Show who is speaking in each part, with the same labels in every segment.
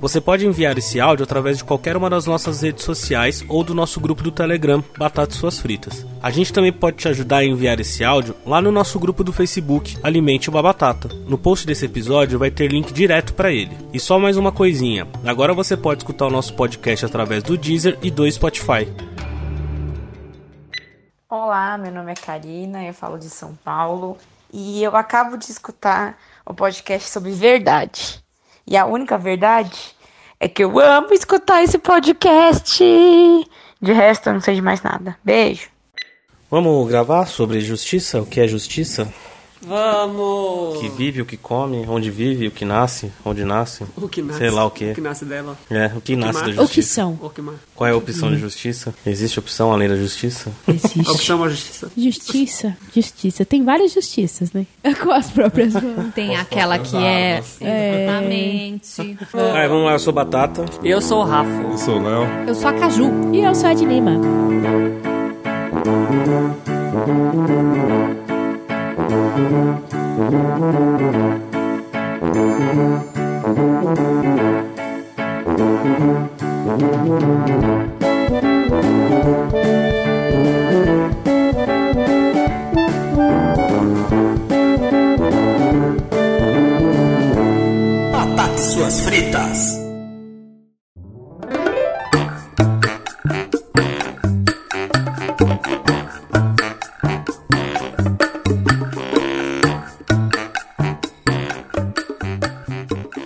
Speaker 1: Você pode enviar esse áudio através de qualquer uma das nossas redes sociais ou do nosso grupo do Telegram, Batatas Suas Fritas. A gente também pode te ajudar a enviar esse áudio lá no nosso grupo do Facebook, Alimente uma Batata. No post desse episódio vai ter link direto para ele. E só mais uma coisinha: agora você pode escutar o nosso podcast através do Deezer e do Spotify.
Speaker 2: Olá, meu nome é Karina, eu falo de São Paulo e eu acabo de escutar o podcast sobre verdade. E a única verdade é que eu amo escutar esse podcast. De resto, eu não sei de mais nada. Beijo.
Speaker 1: Vamos gravar sobre justiça? O que é justiça?
Speaker 3: Vamos!
Speaker 1: Que vive, o que come, onde vive, o que nasce, onde nasce.
Speaker 3: O que nasce?
Speaker 1: Sei lá o que.
Speaker 3: O que nasce dela?
Speaker 1: É, o que nasce
Speaker 3: ma-
Speaker 1: da
Speaker 3: o que
Speaker 1: justiça.
Speaker 3: Uhum.
Speaker 4: O que são?
Speaker 3: O que mais?
Speaker 1: Qual é a opção de justiça? Existe opção além da justiça?
Speaker 3: A
Speaker 4: Existe.
Speaker 3: opção é a justiça.
Speaker 4: Justiça, justiça. Tem várias justiças, né? Com as próprias.
Speaker 5: Tem aquela que é. Exatamente.
Speaker 1: Ah, vamos lá, eu sou batata.
Speaker 3: Eu sou o Rafa.
Speaker 6: Eu sou o Léo.
Speaker 5: Eu sou a Caju.
Speaker 4: e eu sou a Dinema.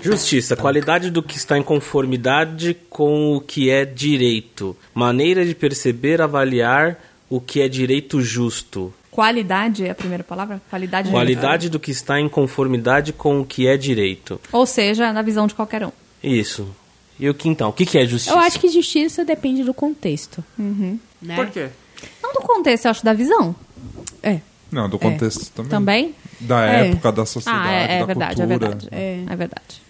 Speaker 1: Justiça, qualidade do que está em conformidade com o que é direito. Maneira de perceber, avaliar o que é direito justo.
Speaker 5: Qualidade é a primeira palavra? Qualidade. de-
Speaker 1: Qualidade do que está em conformidade com o que é direito.
Speaker 5: Ou seja, na visão de qualquer um.
Speaker 1: Isso. E o que então? O que que é justiça?
Speaker 4: Eu acho que justiça depende do contexto. Né?
Speaker 3: Por quê?
Speaker 5: Não do contexto, eu acho, da visão.
Speaker 4: É.
Speaker 6: Não, do contexto também.
Speaker 5: Também?
Speaker 6: Da
Speaker 4: É.
Speaker 6: época, da Hum. sociedade,
Speaker 5: Ah, é, é
Speaker 6: da
Speaker 5: verdade, é
Speaker 6: cultura.
Speaker 5: verdade.
Speaker 4: É.
Speaker 5: É verdade.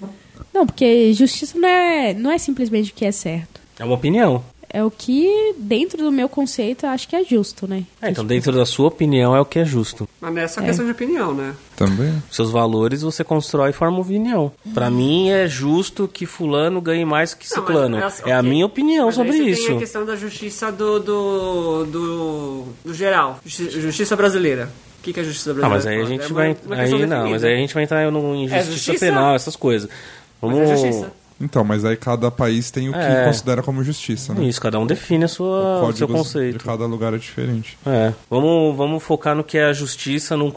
Speaker 4: Não, porque justiça não é, não é simplesmente o que é certo.
Speaker 1: É uma opinião.
Speaker 4: É o que, dentro do meu conceito, eu acho que é justo, né?
Speaker 1: É, então, dentro da sua opinião, é o que é justo.
Speaker 3: Mas não é só questão de opinião, né?
Speaker 6: Também.
Speaker 1: Seus valores você constrói e forma uma opinião. Pra mim, é justo que fulano ganhe mais que
Speaker 3: Não,
Speaker 1: ciclano.
Speaker 3: mas essa-
Speaker 1: é a
Speaker 3: ok.
Speaker 1: minha opinião
Speaker 3: Mas aí
Speaker 1: sobre
Speaker 3: você
Speaker 1: isso.
Speaker 3: Tem a questão da justiça do. do. do, do geral. Justi- Justiça brasileira. O que que é justiça
Speaker 1: Ah,
Speaker 3: brasileira?
Speaker 1: mas aí a gente
Speaker 3: É uma-
Speaker 1: vai.
Speaker 3: uma questão
Speaker 1: Aí não,
Speaker 3: definida. É
Speaker 1: mas aí a gente vai entrar no- em justiça
Speaker 3: justiça?
Speaker 1: penal, essas coisas.
Speaker 3: Mas
Speaker 1: Vamos.
Speaker 3: é justiça.
Speaker 6: Então, mas aí cada país tem o que
Speaker 1: É.
Speaker 6: considera como justiça, né?
Speaker 1: Isso, cada um define a sua, o seu
Speaker 6: Códigos de
Speaker 1: conceito.
Speaker 6: cada lugar é diferente.
Speaker 1: É. Vamos, vamos focar no que é a justiça num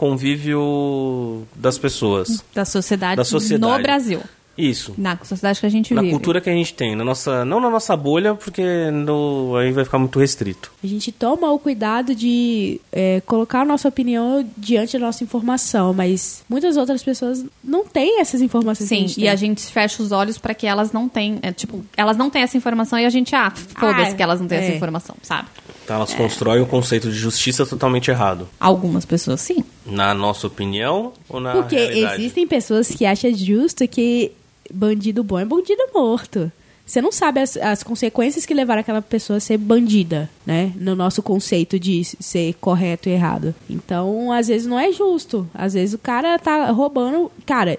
Speaker 1: convívio das pessoas.
Speaker 5: Da sociedade,
Speaker 1: Da sociedade.
Speaker 5: no Brasil.
Speaker 1: Isso.
Speaker 5: Na sociedade que a gente
Speaker 1: Na
Speaker 5: vive.
Speaker 1: cultura que a gente tem, na nossa, não na nossa bolha, porque no- aí vai ficar muito restrito.
Speaker 4: A gente toma o cuidado de é, colocar a nossa opinião diante da nossa informação, mas muitas outras pessoas não têm essas informações. que
Speaker 5: Sim,
Speaker 4: gente
Speaker 5: e a
Speaker 4: tem.
Speaker 5: gente fecha os olhos pra que elas não tenham. é, tipo, elas não têm essa informação e a gente, ah, foda-se
Speaker 4: Ah,
Speaker 5: que elas não têm essa
Speaker 4: é.
Speaker 5: informação, sabe?
Speaker 1: Então elas constroem um conceito de justiça totalmente errado.
Speaker 5: Algumas pessoas sim.
Speaker 1: Na nossa opinião ou na
Speaker 4: Porque
Speaker 1: realidade?
Speaker 4: existem pessoas que acham justo que bandido bom é bandido morto. Você não sabe as, as consequências que levaram aquela pessoa a ser bandida, né? No nosso conceito de s- ser correto e errado. Então, às vezes não é justo. Às vezes o cara tá roubando. Cara,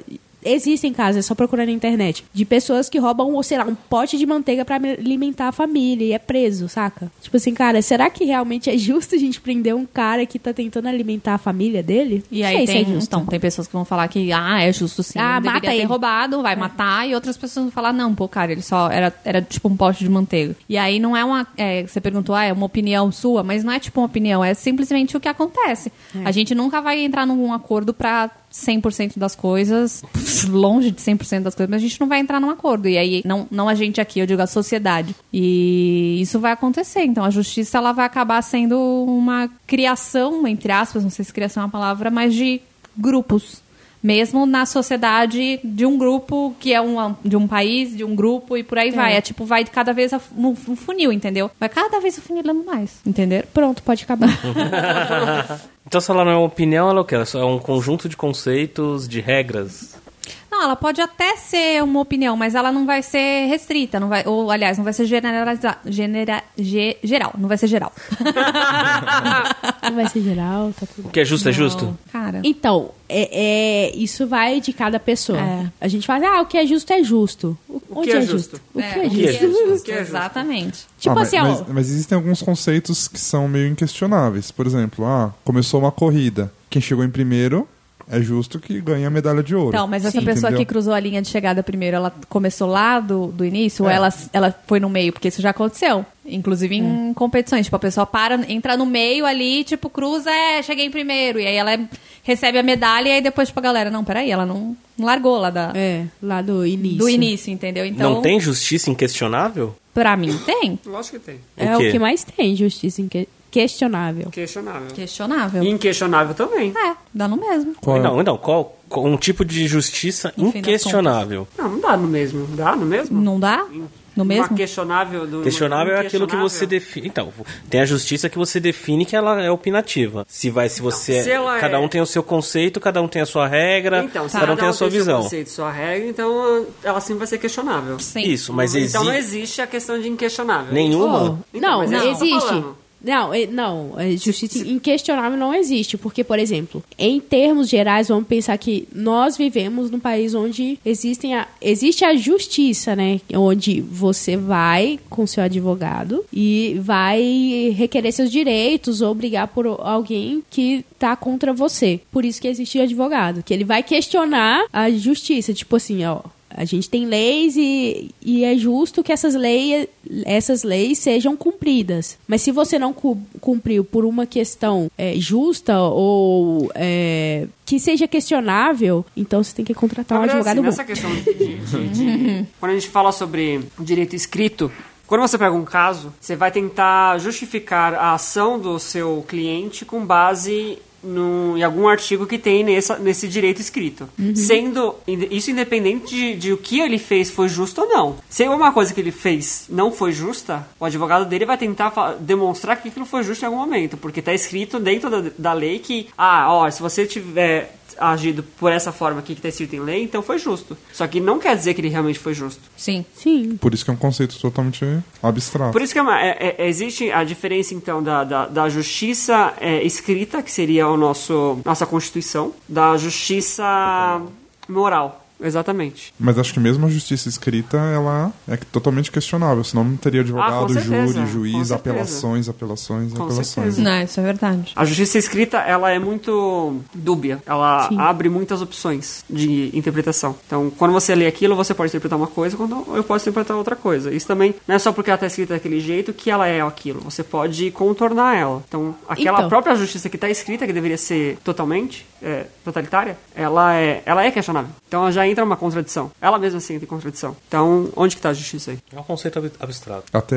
Speaker 4: existem casos, é só procurar na internet, de pessoas que roubam, ou sei lá, um pote de manteiga pra alimentar a família e é preso, saca? Tipo assim, cara, será que realmente é justo a gente prender um cara que tá tentando alimentar a família dele?
Speaker 5: E
Speaker 4: Não
Speaker 5: aí
Speaker 4: sei se
Speaker 5: tem,
Speaker 4: é justo.
Speaker 5: então, tem pessoas que vão falar que, ah, é justo sim,
Speaker 4: Ah,
Speaker 5: ele deveria
Speaker 4: mata
Speaker 5: ter
Speaker 4: ele.
Speaker 5: roubado, vai matar, e outras pessoas vão falar, não, pô, cara, ele só era, era tipo um pote de manteiga. E aí não é uma, é, você perguntou, ah, é uma opinião sua, mas não é tipo uma opinião, é simplesmente o que acontece. A gente nunca vai entrar num acordo pra 100% das coisas, longe de 100% das coisas, mas a gente não vai entrar num acordo. E aí, não, não a gente aqui, eu digo a sociedade. E isso vai acontecer. Então, a justiça, ela vai acabar sendo uma criação, entre aspas, não sei se criação é uma palavra, mas de grupos. Mesmo na sociedade de um grupo que é um, de um país, de um grupo e por aí vai. É tipo, vai cada vez a- um um funil, entendeu? Vai cada vez afunilando mais, entenderam?
Speaker 4: Pronto, pode acabar.
Speaker 1: Então, se ela não é uma opinião, ela é o quê? Ela só é um conjunto de conceitos, de regras.
Speaker 5: Não, ela pode até ser uma opinião, mas ela não vai ser restrita, não vai, ou aliás, não vai ser generalizada, genera, ge- geral, não vai ser geral.
Speaker 4: Não vai ser geral, tá tudo
Speaker 1: O que é justo é
Speaker 5: Não,
Speaker 1: justo?
Speaker 5: Cara.
Speaker 4: Então, é, é- isso vai de cada pessoa.
Speaker 5: É.
Speaker 4: A gente fala, ah, o que é justo é justo. O, onde
Speaker 3: é
Speaker 4: é
Speaker 3: justo?
Speaker 4: justo? O que é,
Speaker 5: o
Speaker 4: justo?
Speaker 3: O que é justo?
Speaker 5: Exatamente.
Speaker 4: Tipo
Speaker 6: Ah, mas-
Speaker 4: assim,
Speaker 6: mas,
Speaker 4: ó.
Speaker 6: mas existem alguns conceitos que são meio inquestionáveis. Por exemplo, ah, começou uma corrida. Quem chegou em primeiro é justo que ganha a medalha de ouro.
Speaker 5: Então, mas essa
Speaker 6: Sim.
Speaker 5: pessoa
Speaker 6: Entendeu?
Speaker 5: que cruzou a linha de chegada primeiro, ela começou lá do, do início
Speaker 3: É.
Speaker 5: ou ela, ela foi no meio? Porque isso já aconteceu. Inclusive
Speaker 3: É.
Speaker 5: em competições. Tipo, a pessoa para, entra no meio ali, tipo, cruza, é, cheguei em primeiro. E aí ela recebe a medalha e aí depois, tipo, a galera, não, peraí, ela não, não largou lá da,
Speaker 4: É, lá do início.
Speaker 5: do início, entendeu? Então,
Speaker 1: Não tem justiça inquestionável?
Speaker 5: pra mim, tem.
Speaker 3: Lógico que tem.
Speaker 4: É
Speaker 1: O
Speaker 4: o,
Speaker 1: quê?
Speaker 4: que mais tem, justiça inque- questionável.
Speaker 3: Questionável.
Speaker 5: Questionável.
Speaker 3: E Inquestionável também.
Speaker 5: É, dá no mesmo.
Speaker 6: Qual é?
Speaker 7: Não, não, qual, qual- um tipo de justiça
Speaker 5: No fim das
Speaker 7: inquestionável?
Speaker 3: Não, não dá no mesmo. Dá no mesmo?
Speaker 5: Não dá? No mesmo?
Speaker 3: Uma questionável do.
Speaker 7: Questionável é aquilo que você
Speaker 3: inquestionável.
Speaker 7: define. Então, tem a justiça que você define que ela é opinativa. Se vai, se você.
Speaker 3: se ela
Speaker 7: cada
Speaker 3: é-
Speaker 7: um tem o seu conceito, cada um tem a sua regra,
Speaker 3: Então, se
Speaker 7: cada um tem a sua
Speaker 3: seu
Speaker 7: visão.
Speaker 3: Conceito, sua regra, então ela sim vai ser questionável.
Speaker 5: Sim.
Speaker 7: Isso, mas
Speaker 3: então não
Speaker 7: existe
Speaker 3: existe a questão de inquestionável.
Speaker 7: nenhuma.
Speaker 4: Oh,
Speaker 3: Então,
Speaker 4: não,
Speaker 3: mas é isso que eu tô
Speaker 4: existe.
Speaker 3: falando.
Speaker 4: Não, é- não, é justiça inquestionável não existe, porque, por exemplo, em termos gerais, vamos pensar que nós vivemos num país onde existem a, existe a justiça, né? Onde você vai com seu advogado e vai requerer seus direitos ou brigar por alguém que tá contra você. Por isso que existe o advogado, que ele vai questionar a justiça, tipo assim, ó, a gente tem leis e, e é justo que essas, lei, essas leis sejam cumpridas. Mas se você não cu- cumpriu por uma questão é, justa ou é, que seja questionável, então você tem que contratar um
Speaker 3: Agora,
Speaker 4: advogado
Speaker 3: assim,
Speaker 4: bom.
Speaker 3: nessa questão de, de- de- de- Quando a gente fala sobre direito escrito, quando você pega um caso, você vai tentar justificar a ação do seu cliente com base no, em algum artigo que tem nessa, nesse direito escrito. Sendo inde- isso independente de, de o que ele fez foi justo ou não. Se alguma coisa que ele fez não foi justa, o advogado dele vai tentar fa- demonstrar que aquilo foi justo em algum momento, porque está escrito dentro da, da lei que, ah, ó, se você tiver agido por essa forma aqui que está escrito em lei, então foi justo. Só que não quer dizer que ele realmente foi justo.
Speaker 5: Sim.
Speaker 4: Sim.
Speaker 6: Por isso que é um conceito totalmente abstrato.
Speaker 3: Por isso que é uma- é- é- existe a diferença, então, da, da, da justiça é, escrita, que seria o nosso nossa Constituição, da justiça moral. Exatamente.
Speaker 6: Mas acho que mesmo a justiça escrita, ela é totalmente questionável. Senão não teria
Speaker 3: Ah, com
Speaker 6: advogado,
Speaker 3: certeza,
Speaker 6: júri,
Speaker 3: com
Speaker 6: juiz,
Speaker 3: certeza.
Speaker 6: apelações, apelações,
Speaker 3: Com
Speaker 6: apelações.
Speaker 3: certeza.
Speaker 5: Não, isso é verdade.
Speaker 3: A justiça escrita, ela é muito dúbia. Ela
Speaker 4: Sim.
Speaker 3: abre muitas opções de interpretação. Então, quando você lê aquilo, você pode interpretar uma coisa, quando eu posso interpretar outra coisa. Isso também não é só porque ela está escrita daquele jeito que ela é aquilo. Você pode contornar ela. Então, aquela
Speaker 4: Então.
Speaker 3: própria justiça que está escrita, que deveria ser totalmente é, totalitária, ela é, ela é questionável. Então, ela já entra uma contradição. Ela mesma assim tem contradição. Então, onde que está a justiça aí?
Speaker 7: É um conceito ab- abstrato.
Speaker 6: Até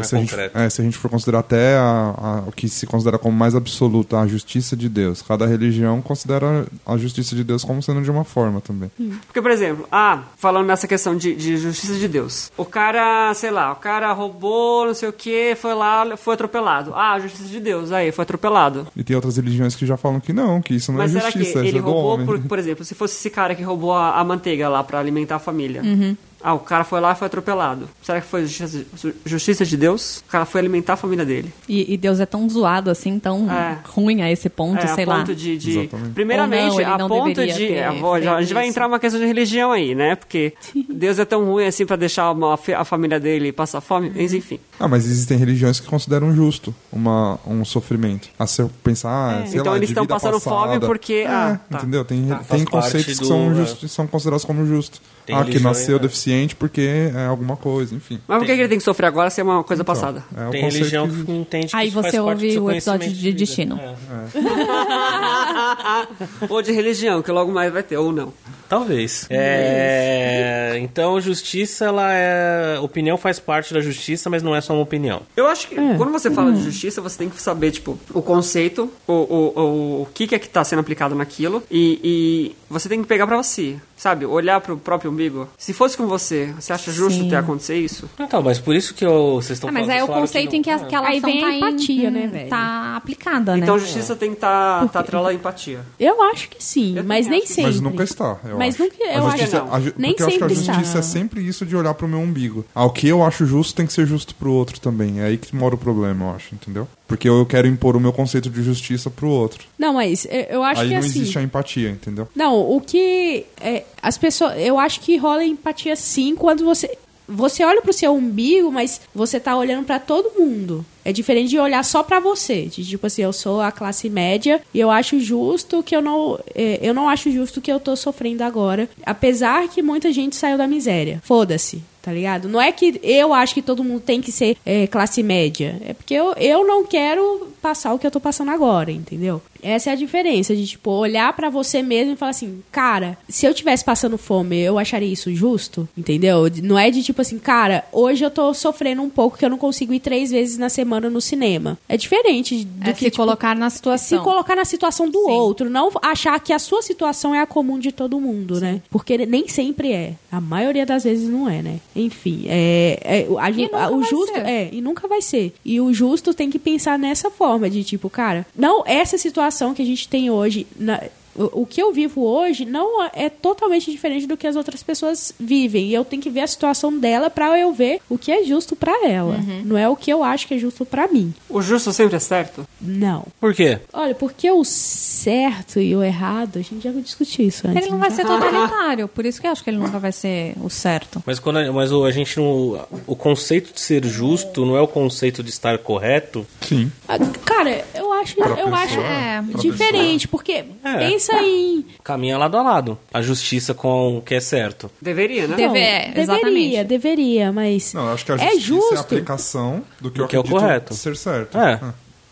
Speaker 7: é
Speaker 6: se, a gente,
Speaker 7: concreto.
Speaker 6: é, se a gente for considerar até a- a- o que se considera como mais absoluto, a justiça de Deus. Cada religião considera a justiça de Deus como sendo de uma forma também.
Speaker 3: Porque, por exemplo, ah, falando nessa questão de, de justiça de Deus. O cara, sei lá, o cara roubou, não sei o que, foi lá, foi atropelado. Ah, justiça de Deus, aí, foi atropelado.
Speaker 6: E tem outras religiões que já falam que não, que isso não
Speaker 3: Mas
Speaker 6: é
Speaker 3: será que
Speaker 6: justiça, é
Speaker 3: ele
Speaker 6: coisa do
Speaker 3: roubou,
Speaker 6: homem.
Speaker 3: por, por exemplo, se fosse esse cara que roubou a, a manteiga lá pra alimentar a família? Ah, o cara foi lá e foi atropelado. Será que foi justiça, de- justiça de Deus? O cara foi alimentar a família dele.
Speaker 5: E, e Deus é tão zoado assim, tão
Speaker 3: É.
Speaker 5: ruim a esse ponto,
Speaker 3: É,
Speaker 5: sei
Speaker 3: a
Speaker 5: lá.
Speaker 3: ponto de. de-
Speaker 6: Exatamente.
Speaker 3: primeiramente,
Speaker 5: Ou não, ele
Speaker 3: a
Speaker 5: não
Speaker 3: ponto
Speaker 5: deveria
Speaker 3: de.
Speaker 5: ter
Speaker 3: a, vo- já- a gente
Speaker 5: feito
Speaker 3: vai
Speaker 5: isso.
Speaker 3: entrar uma questão de religião aí, né? Porque Deus é tão ruim assim pra deixar uma fi- a família dele passar
Speaker 5: Uhum.
Speaker 3: fome, mas enfim.
Speaker 6: Ah, mas existem religiões que consideram justo uma, um sofrimento. A se eu
Speaker 4: É,
Speaker 6: pensar, ah, sei
Speaker 3: Então
Speaker 6: lá,
Speaker 3: eles
Speaker 6: de
Speaker 3: estão
Speaker 6: vida
Speaker 3: passando
Speaker 6: passada.
Speaker 3: fome porque-
Speaker 6: É,
Speaker 3: ah, tá.
Speaker 6: entendeu? Tem,
Speaker 7: faz
Speaker 6: tem
Speaker 7: parte
Speaker 6: conceitos
Speaker 7: do,
Speaker 6: que são,
Speaker 7: é.
Speaker 6: justos- são considerados como justos.
Speaker 7: Tem
Speaker 6: ah, que
Speaker 7: religião,
Speaker 6: nasceu
Speaker 7: é.
Speaker 6: deficiente porque é alguma coisa, enfim.
Speaker 3: Mas por que que ele tem que sofrer agora se é uma coisa passada?
Speaker 6: É o
Speaker 7: Tem
Speaker 6: conceito
Speaker 7: religião
Speaker 6: que-
Speaker 7: que entende que
Speaker 5: Aí
Speaker 7: isso faz
Speaker 5: você
Speaker 7: parte do
Speaker 5: ouve
Speaker 7: seu
Speaker 5: o episódio
Speaker 7: conhecimento
Speaker 5: de
Speaker 7: vida.
Speaker 5: destino.
Speaker 7: É.
Speaker 3: Ou de religião, que logo mais vai ter, ou não.
Speaker 7: Talvez. É, Então, justiça, ela é. Opinião faz parte da justiça, mas não é só uma opinião.
Speaker 3: Eu acho que
Speaker 5: É.
Speaker 3: quando você fala
Speaker 5: Uhum.
Speaker 3: de justiça, você tem que saber, tipo, o conceito, o, o, o, o que, que é que tá sendo aplicado naquilo, e, e você tem que pegar pra você. sabe, olhar pro próprio umbigo. Se fosse com você, você acha justo
Speaker 5: Sim. Né?
Speaker 3: ter acontecido isso?
Speaker 1: Então, mas por isso que eu- vocês estão
Speaker 5: Ah,
Speaker 1: falando.
Speaker 5: mas é o
Speaker 1: claro
Speaker 5: conceito
Speaker 1: não-
Speaker 5: em que
Speaker 1: Ah,
Speaker 5: aquela
Speaker 4: Aí
Speaker 5: ação
Speaker 4: vem a
Speaker 5: tá em-
Speaker 4: empatia, né,
Speaker 5: hum,
Speaker 4: velho?
Speaker 5: Tá aplicada, né?
Speaker 3: Então justiça tem que estar tá, tá atrelada à empatia.
Speaker 4: Eu acho que sim,
Speaker 3: Eu
Speaker 4: mas
Speaker 3: também
Speaker 4: nem
Speaker 3: acho que-
Speaker 4: sempre.
Speaker 6: Mas nunca é está. Eu
Speaker 4: Mas
Speaker 6: acho.
Speaker 4: nunca- eu
Speaker 6: a
Speaker 4: acho
Speaker 6: justiça,
Speaker 3: que não.
Speaker 6: a ju-
Speaker 4: Nem
Speaker 6: porque eu acho que a
Speaker 4: sempre está.
Speaker 6: justiça é sempre isso de olhar pro meu umbigo. Ah, o que eu acho justo tem que ser justo pro outro também. É aí que mora o problema, eu acho, entendeu? Porque eu quero impor o meu conceito de justiça pro outro.
Speaker 4: Não, mas eu- eu acho
Speaker 6: aí
Speaker 4: que
Speaker 6: não
Speaker 4: assim.
Speaker 6: existe a empatia, entendeu?
Speaker 4: Não, o que é, as pessoas, eu acho que rola empatia sim quando você você olha pro seu umbigo, mas você tá olhando pra todo mundo. É diferente de olhar só pra você. De, tipo assim, eu sou a classe média e eu acho justo que eu não é, eu não acho justo que eu tô sofrendo agora, apesar que muita gente saiu da miséria. Foda-se. Tá ligado? Não é que eu acho que todo mundo tem que ser é, classe média. É porque eu, eu não quero passar o que eu tô passando agora, entendeu? Essa é a diferença de, tipo, olhar pra você mesmo e falar assim, cara, se eu tivesse passando fome, eu acharia isso justo, entendeu? De- Não é de tipo assim, cara, hoje eu tô sofrendo um pouco que eu não consigo ir três vezes na semana no cinema. É diferente do
Speaker 5: É
Speaker 4: que
Speaker 5: se
Speaker 4: tipo,
Speaker 5: colocar na situação.
Speaker 4: se colocar na situação do
Speaker 5: Sim.
Speaker 4: outro, não achar que a sua situação é a comum de todo mundo, né? Porque nem sempre é. A maioria das vezes não é, né? Enfim, é, é- o- a, ju-
Speaker 5: nunca
Speaker 4: a- o
Speaker 5: vai
Speaker 4: justo
Speaker 5: ser.
Speaker 4: é e nunca vai ser. E o justo tem que pensar nessa forma de tipo, cara, não essa situação que a gente tem hoje na- o o que eu vivo hoje não é totalmente diferente do que as outras pessoas vivem. E eu tenho que ver a situação dela pra eu ver o que é justo pra ela.
Speaker 5: Uhum.
Speaker 4: Não é o que eu acho que é justo pra mim.
Speaker 3: O justo sempre é certo?
Speaker 4: Não.
Speaker 7: Por quê?
Speaker 4: Olha, porque o certo e o errado, a gente já discutiu isso antes. né?
Speaker 5: Ele não vai ser totalitário, por isso que eu acho que ele nunca vai ser o certo.
Speaker 1: Mas, quando a, mas o, a gente não. O conceito de ser justo não é o conceito de estar correto.
Speaker 6: Sim.
Speaker 4: Ah, Cara, eu acho, eu
Speaker 6: pessoa,
Speaker 4: acho
Speaker 5: é, pra
Speaker 4: diferente, porque
Speaker 1: É.
Speaker 4: pensa em.
Speaker 1: Caminha lado a lado. A justiça com o que é certo.
Speaker 3: Deveria, né?
Speaker 5: Deve-
Speaker 4: Não,
Speaker 5: é,
Speaker 4: deveria,
Speaker 5: exatamente.
Speaker 4: deveria, mas
Speaker 6: Não, eu acho que a
Speaker 4: é
Speaker 6: justiça é a
Speaker 4: justo.
Speaker 6: aplicação do que eu
Speaker 1: Do que é o
Speaker 6: acredito
Speaker 1: correto.
Speaker 6: ser certo.
Speaker 1: É.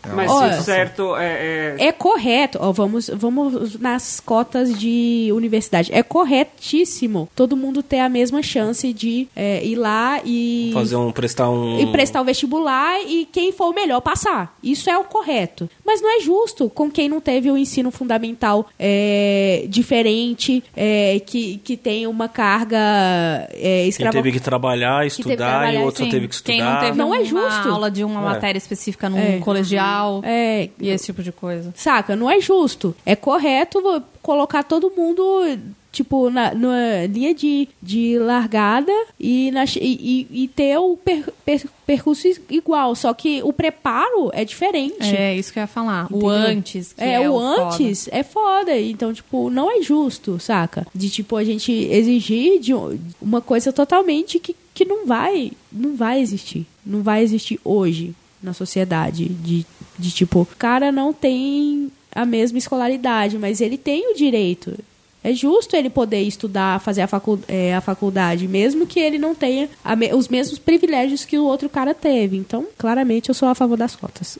Speaker 6: É uma
Speaker 3: Mas
Speaker 4: Olha.
Speaker 3: se o certo é, é-
Speaker 4: É correto, ó, vamos, vamos nas cotas de universidade. É corretíssimo todo mundo ter a mesma chance de é, ir lá e
Speaker 1: Fazer um. Prestar um.
Speaker 4: e prestar o vestibular e quem for o melhor passar. Isso é o correto. Mas não é justo com quem não teve o ensino fundamental é, diferente, é, que, que tem uma carga é,
Speaker 5: um
Speaker 1: Quem
Speaker 4: escrava.
Speaker 1: teve que trabalhar,
Speaker 4: teve que
Speaker 1: estudar, e
Speaker 4: trabalhar,
Speaker 1: o outro
Speaker 5: Sim,
Speaker 1: teve que
Speaker 5: Quem não
Speaker 1: estudar.
Speaker 5: teve
Speaker 4: Não é
Speaker 5: uma
Speaker 4: justo.
Speaker 5: aula de uma
Speaker 1: É.
Speaker 5: matéria específica num
Speaker 4: É.
Speaker 5: colegial
Speaker 4: É,
Speaker 5: e esse tipo de coisa.
Speaker 4: saca? Não é justo. É correto vo- colocar todo mundo. Tipo, na, na linha de, de largada e, na, che- e, e- e ter o per- per- percurso igual. Só que o preparo é diferente.
Speaker 5: É isso que eu ia falar.
Speaker 4: Entendeu?
Speaker 5: O antes. que
Speaker 4: é, o, antes é foda. Então, tipo, não é justo, saca? De, tipo, a gente exigir de um- uma coisa totalmente que, que não vai, não vai existir. Não vai existir hoje na sociedade. De, de, tipo, o cara não tem a mesma escolaridade, mas ele tem o direito. É justo ele poder estudar, fazer a, facu- é, a faculdade, mesmo que ele não tenha a me- os mesmos privilégios que o outro cara teve. Então, claramente, eu sou a favor das cotas.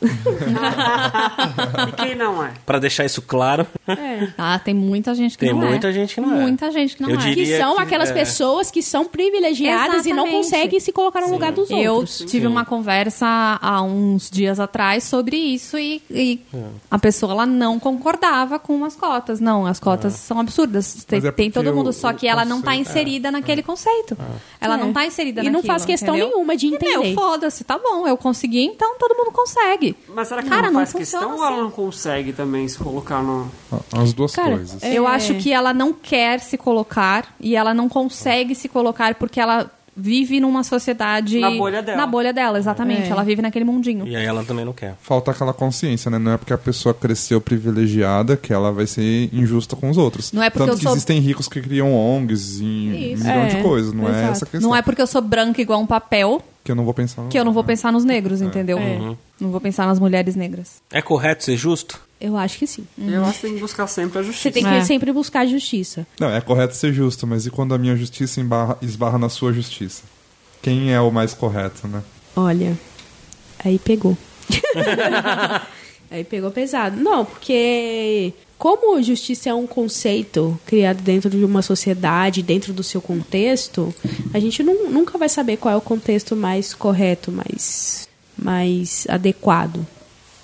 Speaker 3: e quem não é.
Speaker 1: Pra deixar isso claro,
Speaker 4: é.
Speaker 5: Ah, tem muita gente que
Speaker 1: Tem
Speaker 5: não é.
Speaker 1: muita gente que não é.
Speaker 5: Muita gente que não
Speaker 1: Eu
Speaker 5: é.
Speaker 1: diria-
Speaker 4: que são
Speaker 1: que-
Speaker 4: aquelas
Speaker 1: é.
Speaker 4: pessoas que são privilegiadas e não
Speaker 5: Exatamente.
Speaker 4: conseguem se colocar no lugar dos
Speaker 5: Eu
Speaker 4: outros.
Speaker 5: tive uma conversa há uns dias atrás sobre isso e, e
Speaker 6: É.
Speaker 5: a pessoa ela não concordava com as cotas. Não, as cotas são absurdas. Tem,
Speaker 6: É. Mas é
Speaker 5: tem
Speaker 6: porque
Speaker 5: todo mundo,
Speaker 6: o-
Speaker 5: só
Speaker 6: o
Speaker 5: que ela não está
Speaker 6: conceito- é.
Speaker 5: inserida naquele conceito.
Speaker 3: É.
Speaker 5: Ela não está inserida
Speaker 4: E não
Speaker 5: naquilo,
Speaker 4: faz questão
Speaker 5: entendeu?
Speaker 4: nenhuma de
Speaker 5: E, meu,
Speaker 4: entender.
Speaker 5: foda-se, tá bom, eu consegui, então todo mundo consegue.
Speaker 3: Mas será que
Speaker 5: Cara,
Speaker 3: não
Speaker 5: não
Speaker 3: faz
Speaker 5: funciona
Speaker 3: questão ou
Speaker 5: assim.
Speaker 3: ela não consegue também se colocar no.
Speaker 6: As duas
Speaker 4: Cara,
Speaker 6: coisas.
Speaker 5: Eu
Speaker 3: É.
Speaker 5: acho que ela não quer se colocar e ela não consegue se colocar porque ela vive numa sociedade
Speaker 3: Na bolha dela. É.
Speaker 5: na bolha dela, exatamente. Ela vive naquele mundinho.
Speaker 1: e aí ela também não quer.
Speaker 6: Falta aquela consciência, né? Não é porque a pessoa cresceu privilegiada que ela vai ser injusta com os outros.
Speaker 5: Não é porque
Speaker 6: Tanto
Speaker 5: eu
Speaker 6: que
Speaker 5: sou-
Speaker 6: existem ricos que criam ONGs e
Speaker 4: Isso.
Speaker 6: milhão
Speaker 4: É,
Speaker 6: de coisas. Não é
Speaker 4: exato.
Speaker 6: essa a questão.
Speaker 5: Não é porque eu sou branca igual um papel
Speaker 6: que eu não vou pensar. no-
Speaker 5: que eu não vou pensar nos
Speaker 3: É.
Speaker 5: negros, entendeu?
Speaker 3: Uhum.
Speaker 5: Não vou pensar nas mulheres negras.
Speaker 1: É correto ser justo?
Speaker 4: Eu acho que sim.
Speaker 5: Hum.
Speaker 3: Eu acho que tem que buscar sempre a
Speaker 4: Você
Speaker 3: justiça.
Speaker 4: tem que
Speaker 5: É.
Speaker 4: sempre buscar justiça.
Speaker 6: Não, é correto ser justo, mas e quando a minha justiça embarra- esbarra na sua justiça? Quem é o mais correto, né?
Speaker 4: Olha, aí pegou. aí pegou pesado. Não, porque como justiça é um conceito criado dentro de uma sociedade, dentro do seu contexto, a gente nun- nunca vai saber qual é o contexto mais correto, mais, mais adequado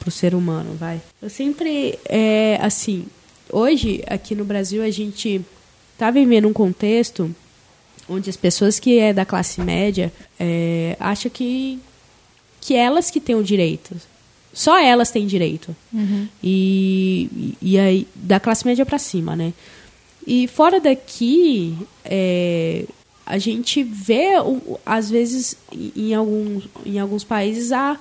Speaker 4: pro ser humano, vai. Eu sempre, é, assim, hoje aqui no Brasil a gente tá vivendo um contexto onde as pessoas que é da classe média é, acham que, que elas que têm o direito. Só elas têm direito. E, e aí, da classe média para cima, né? E fora daqui, é, a gente vê, o- às vezes, em- em alguns, em alguns países, a,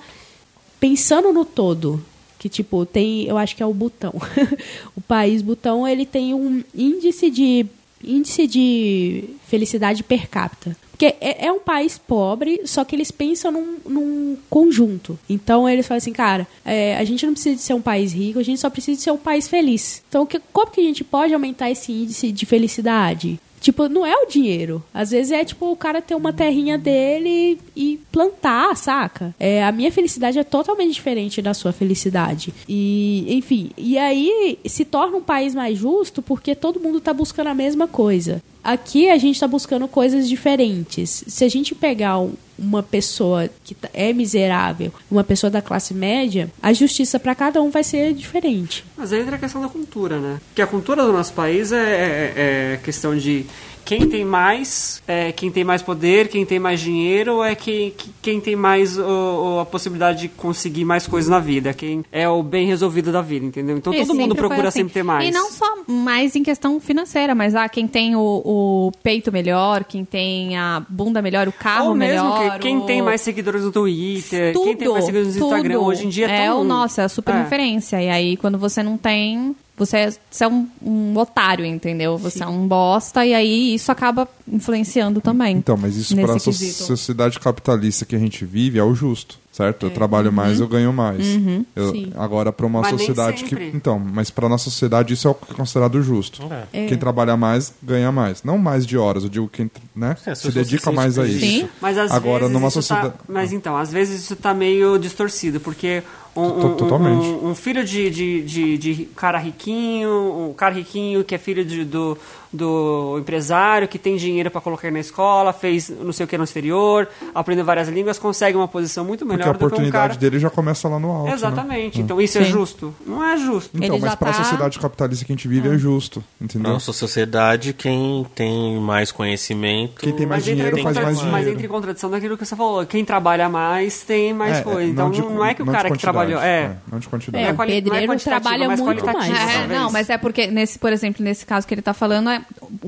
Speaker 4: pensando no todo, que tipo, tem, eu acho que é o Butão. o país Butão, ele tem um índice de índice de felicidade per capita. Porque é, é um país pobre, só que eles pensam num, num conjunto. Então eles falam assim, cara, é, a gente não precisa de ser um país rico, a gente só precisa de ser um país feliz. Então o que, como que a gente pode aumentar esse índice de felicidade? Tipo, não é o dinheiro. Às vezes é tipo o cara ter uma terrinha dele e plantar, saca? É, a minha felicidade é totalmente diferente da sua felicidade. E, enfim, e aí se torna um país mais justo porque todo mundo tá buscando a mesma coisa. Aqui a gente tá buscando coisas diferentes. Se a gente pegar um- uma pessoa que tá- é miserável, uma pessoa da classe média, a justiça para cada um vai ser diferente.
Speaker 3: Mas aí entra a questão da cultura, né? Porque a cultura do nosso país é, é- é questão de quem tem mais, é, quem tem mais poder, quem tem mais dinheiro, é quem, que- quem tem mais o- o- a possibilidade de conseguir mais coisas na vida, quem é o bem resolvido da vida, entendeu? Então
Speaker 5: E
Speaker 3: todo mundo
Speaker 5: sempre foi
Speaker 3: procura
Speaker 5: assim.
Speaker 3: sempre ter mais.
Speaker 5: E não só mais em questão financeira, mas ah, quem tem o, o peito melhor, quem tem a bunda melhor, o carro
Speaker 3: Ou mesmo
Speaker 5: melhor.
Speaker 3: que, quem
Speaker 5: o-
Speaker 3: tem mais seguidores no Twitter,
Speaker 5: tudo,
Speaker 3: quem tem mais seguidores no Instagram,
Speaker 5: tudo.
Speaker 3: hoje em dia
Speaker 5: é
Speaker 3: todo
Speaker 5: o
Speaker 3: mundo-
Speaker 5: nossa, é a super
Speaker 3: É.
Speaker 5: referência. E aí quando você não tem, você é, você é um, um otário, entendeu? Você é um bosta e aí isso acaba influenciando também.
Speaker 6: Então, mas isso
Speaker 5: nesse
Speaker 6: para a
Speaker 5: quesito.
Speaker 6: sociedade capitalista que a gente vive é o justo, certo?
Speaker 5: É.
Speaker 6: Eu trabalho mais,
Speaker 5: Uhum.
Speaker 6: eu ganho mais. Eu-
Speaker 4: Sim.
Speaker 6: agora para uma
Speaker 3: Mas nem
Speaker 6: sociedade que
Speaker 3: sempre.
Speaker 6: então, mas para nossa sociedade isso é o que é considerado justo.
Speaker 1: É.
Speaker 5: É.
Speaker 6: Quem trabalha mais ganha mais, não mais de horas. Eu digo quem né,
Speaker 1: É, as
Speaker 6: se
Speaker 1: pessoas
Speaker 6: dedica
Speaker 1: se
Speaker 6: mais a
Speaker 1: sentem
Speaker 6: isso.
Speaker 5: Sim.
Speaker 3: Mas às
Speaker 6: agora
Speaker 3: vezes
Speaker 6: numa
Speaker 3: isso
Speaker 6: sociedade
Speaker 3: tá... Mas então, às vezes isso tá meio distorcido, porque um,
Speaker 6: To-
Speaker 3: um-
Speaker 6: totalmente.
Speaker 3: um- um filho de, de, de, de cara riquinho, um cara riquinho que é filho de- do, do empresário, que tem dinheiro para colocar na escola, fez não sei o que no exterior, aprendeu várias línguas, consegue uma posição muito melhor
Speaker 6: porque a
Speaker 3: do que um
Speaker 6: oportunidade
Speaker 3: cara...
Speaker 6: dele já começa lá no alto. né?
Speaker 3: Exatamente. Então isso é
Speaker 5: Sim.
Speaker 3: justo? Não é justo.
Speaker 6: Então,
Speaker 5: Ele
Speaker 6: mas
Speaker 5: já
Speaker 6: para a
Speaker 5: tá-
Speaker 6: sociedade capitalista que a gente vive é justo, entendeu?
Speaker 1: Nossa sociedade, quem tem mais conhecimento.
Speaker 6: Quem tem mais
Speaker 3: entra em
Speaker 6: dinheiro faz mais
Speaker 3: contradição-
Speaker 6: dinheiro.
Speaker 3: Mas entre contradição daquilo que você falou, quem trabalha mais tem mais
Speaker 6: É,
Speaker 3: coisa.
Speaker 6: não
Speaker 3: Então
Speaker 6: de-
Speaker 3: não, é que o
Speaker 6: não de
Speaker 3: cara que
Speaker 6: quantidade,
Speaker 3: trabalhou. É.
Speaker 6: é, não de quantidade.
Speaker 4: É,
Speaker 3: É
Speaker 4: o
Speaker 3: quali- não é
Speaker 4: pedreiro
Speaker 3: quantitativo,
Speaker 4: trabalha
Speaker 3: mas
Speaker 4: muito mais. né?
Speaker 3: qualitativo,
Speaker 5: É,
Speaker 3: talvez.
Speaker 5: não, mas é porque nesse, por exemplo, nesse caso que ele tá falando, é-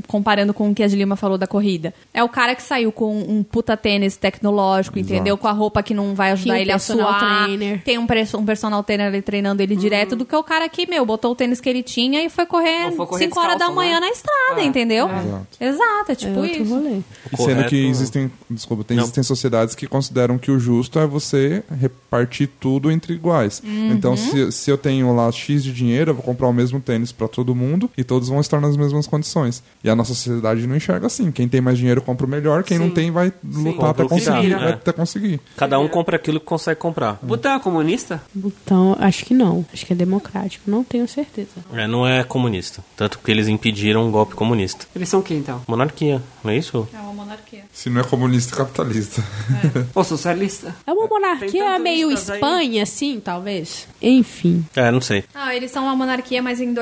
Speaker 5: comparando com o que a Gilima falou da corrida. É o cara que saiu com um puta tênis tecnológico, entendeu? Com a roupa que não vai ajudar
Speaker 4: Tinha um
Speaker 5: ele a
Speaker 4: personal
Speaker 5: suar.
Speaker 4: trainer. Uhum.
Speaker 5: Tem um, perso- um personal trainer ali treinando ele direto do que o cara que, meu, botou o tênis que ele tinha e foi correr
Speaker 3: Ou foi correr
Speaker 5: 5 horas da
Speaker 3: descalço,
Speaker 5: manhã
Speaker 3: né?
Speaker 5: na estrada,
Speaker 3: É,
Speaker 5: entendeu?
Speaker 6: Exato.
Speaker 5: Exato, é tipo
Speaker 4: outro
Speaker 5: isso.
Speaker 4: rolê.
Speaker 1: O
Speaker 6: E sendo
Speaker 1: correto-
Speaker 6: que existem, desculpa, tem,
Speaker 1: Não.
Speaker 6: existem sociedades que consideram que o justo é você repartir tudo entre iguais. Então, se, se eu tenho lá X de dinheiro, eu vou comprar o mesmo tênis pra todo mundo e todos vão estar nas mesmas condições. E a nossa sociedade não enxerga assim. Quem tem mais dinheiro compra o melhor, quem não tem vai lutar
Speaker 1: Compra
Speaker 6: até
Speaker 1: o que dá,
Speaker 6: conseguir,
Speaker 1: né?
Speaker 6: vai até conseguir.
Speaker 1: Cada um compra aquilo que consegue comprar.
Speaker 3: Butão é comunista?
Speaker 4: Então, acho que não. Acho que é democrático. Não tenho certeza.
Speaker 6: Uhum.
Speaker 1: É, não é comunista. Tanto que eles impediram um golpe comunista.
Speaker 3: Eles são o que então?
Speaker 1: Monarquia, não é isso?
Speaker 5: É uma monarquia.
Speaker 6: Se não é comunista, é capitalista.
Speaker 3: Ou socialista?
Speaker 4: É uma
Speaker 3: Tem
Speaker 4: monarquia
Speaker 3: tantos
Speaker 4: meio
Speaker 3: listas aí.
Speaker 4: Espanha, assim, talvez. Enfim.
Speaker 1: É, não sei.
Speaker 5: Ah, eles são uma monarquia, mas em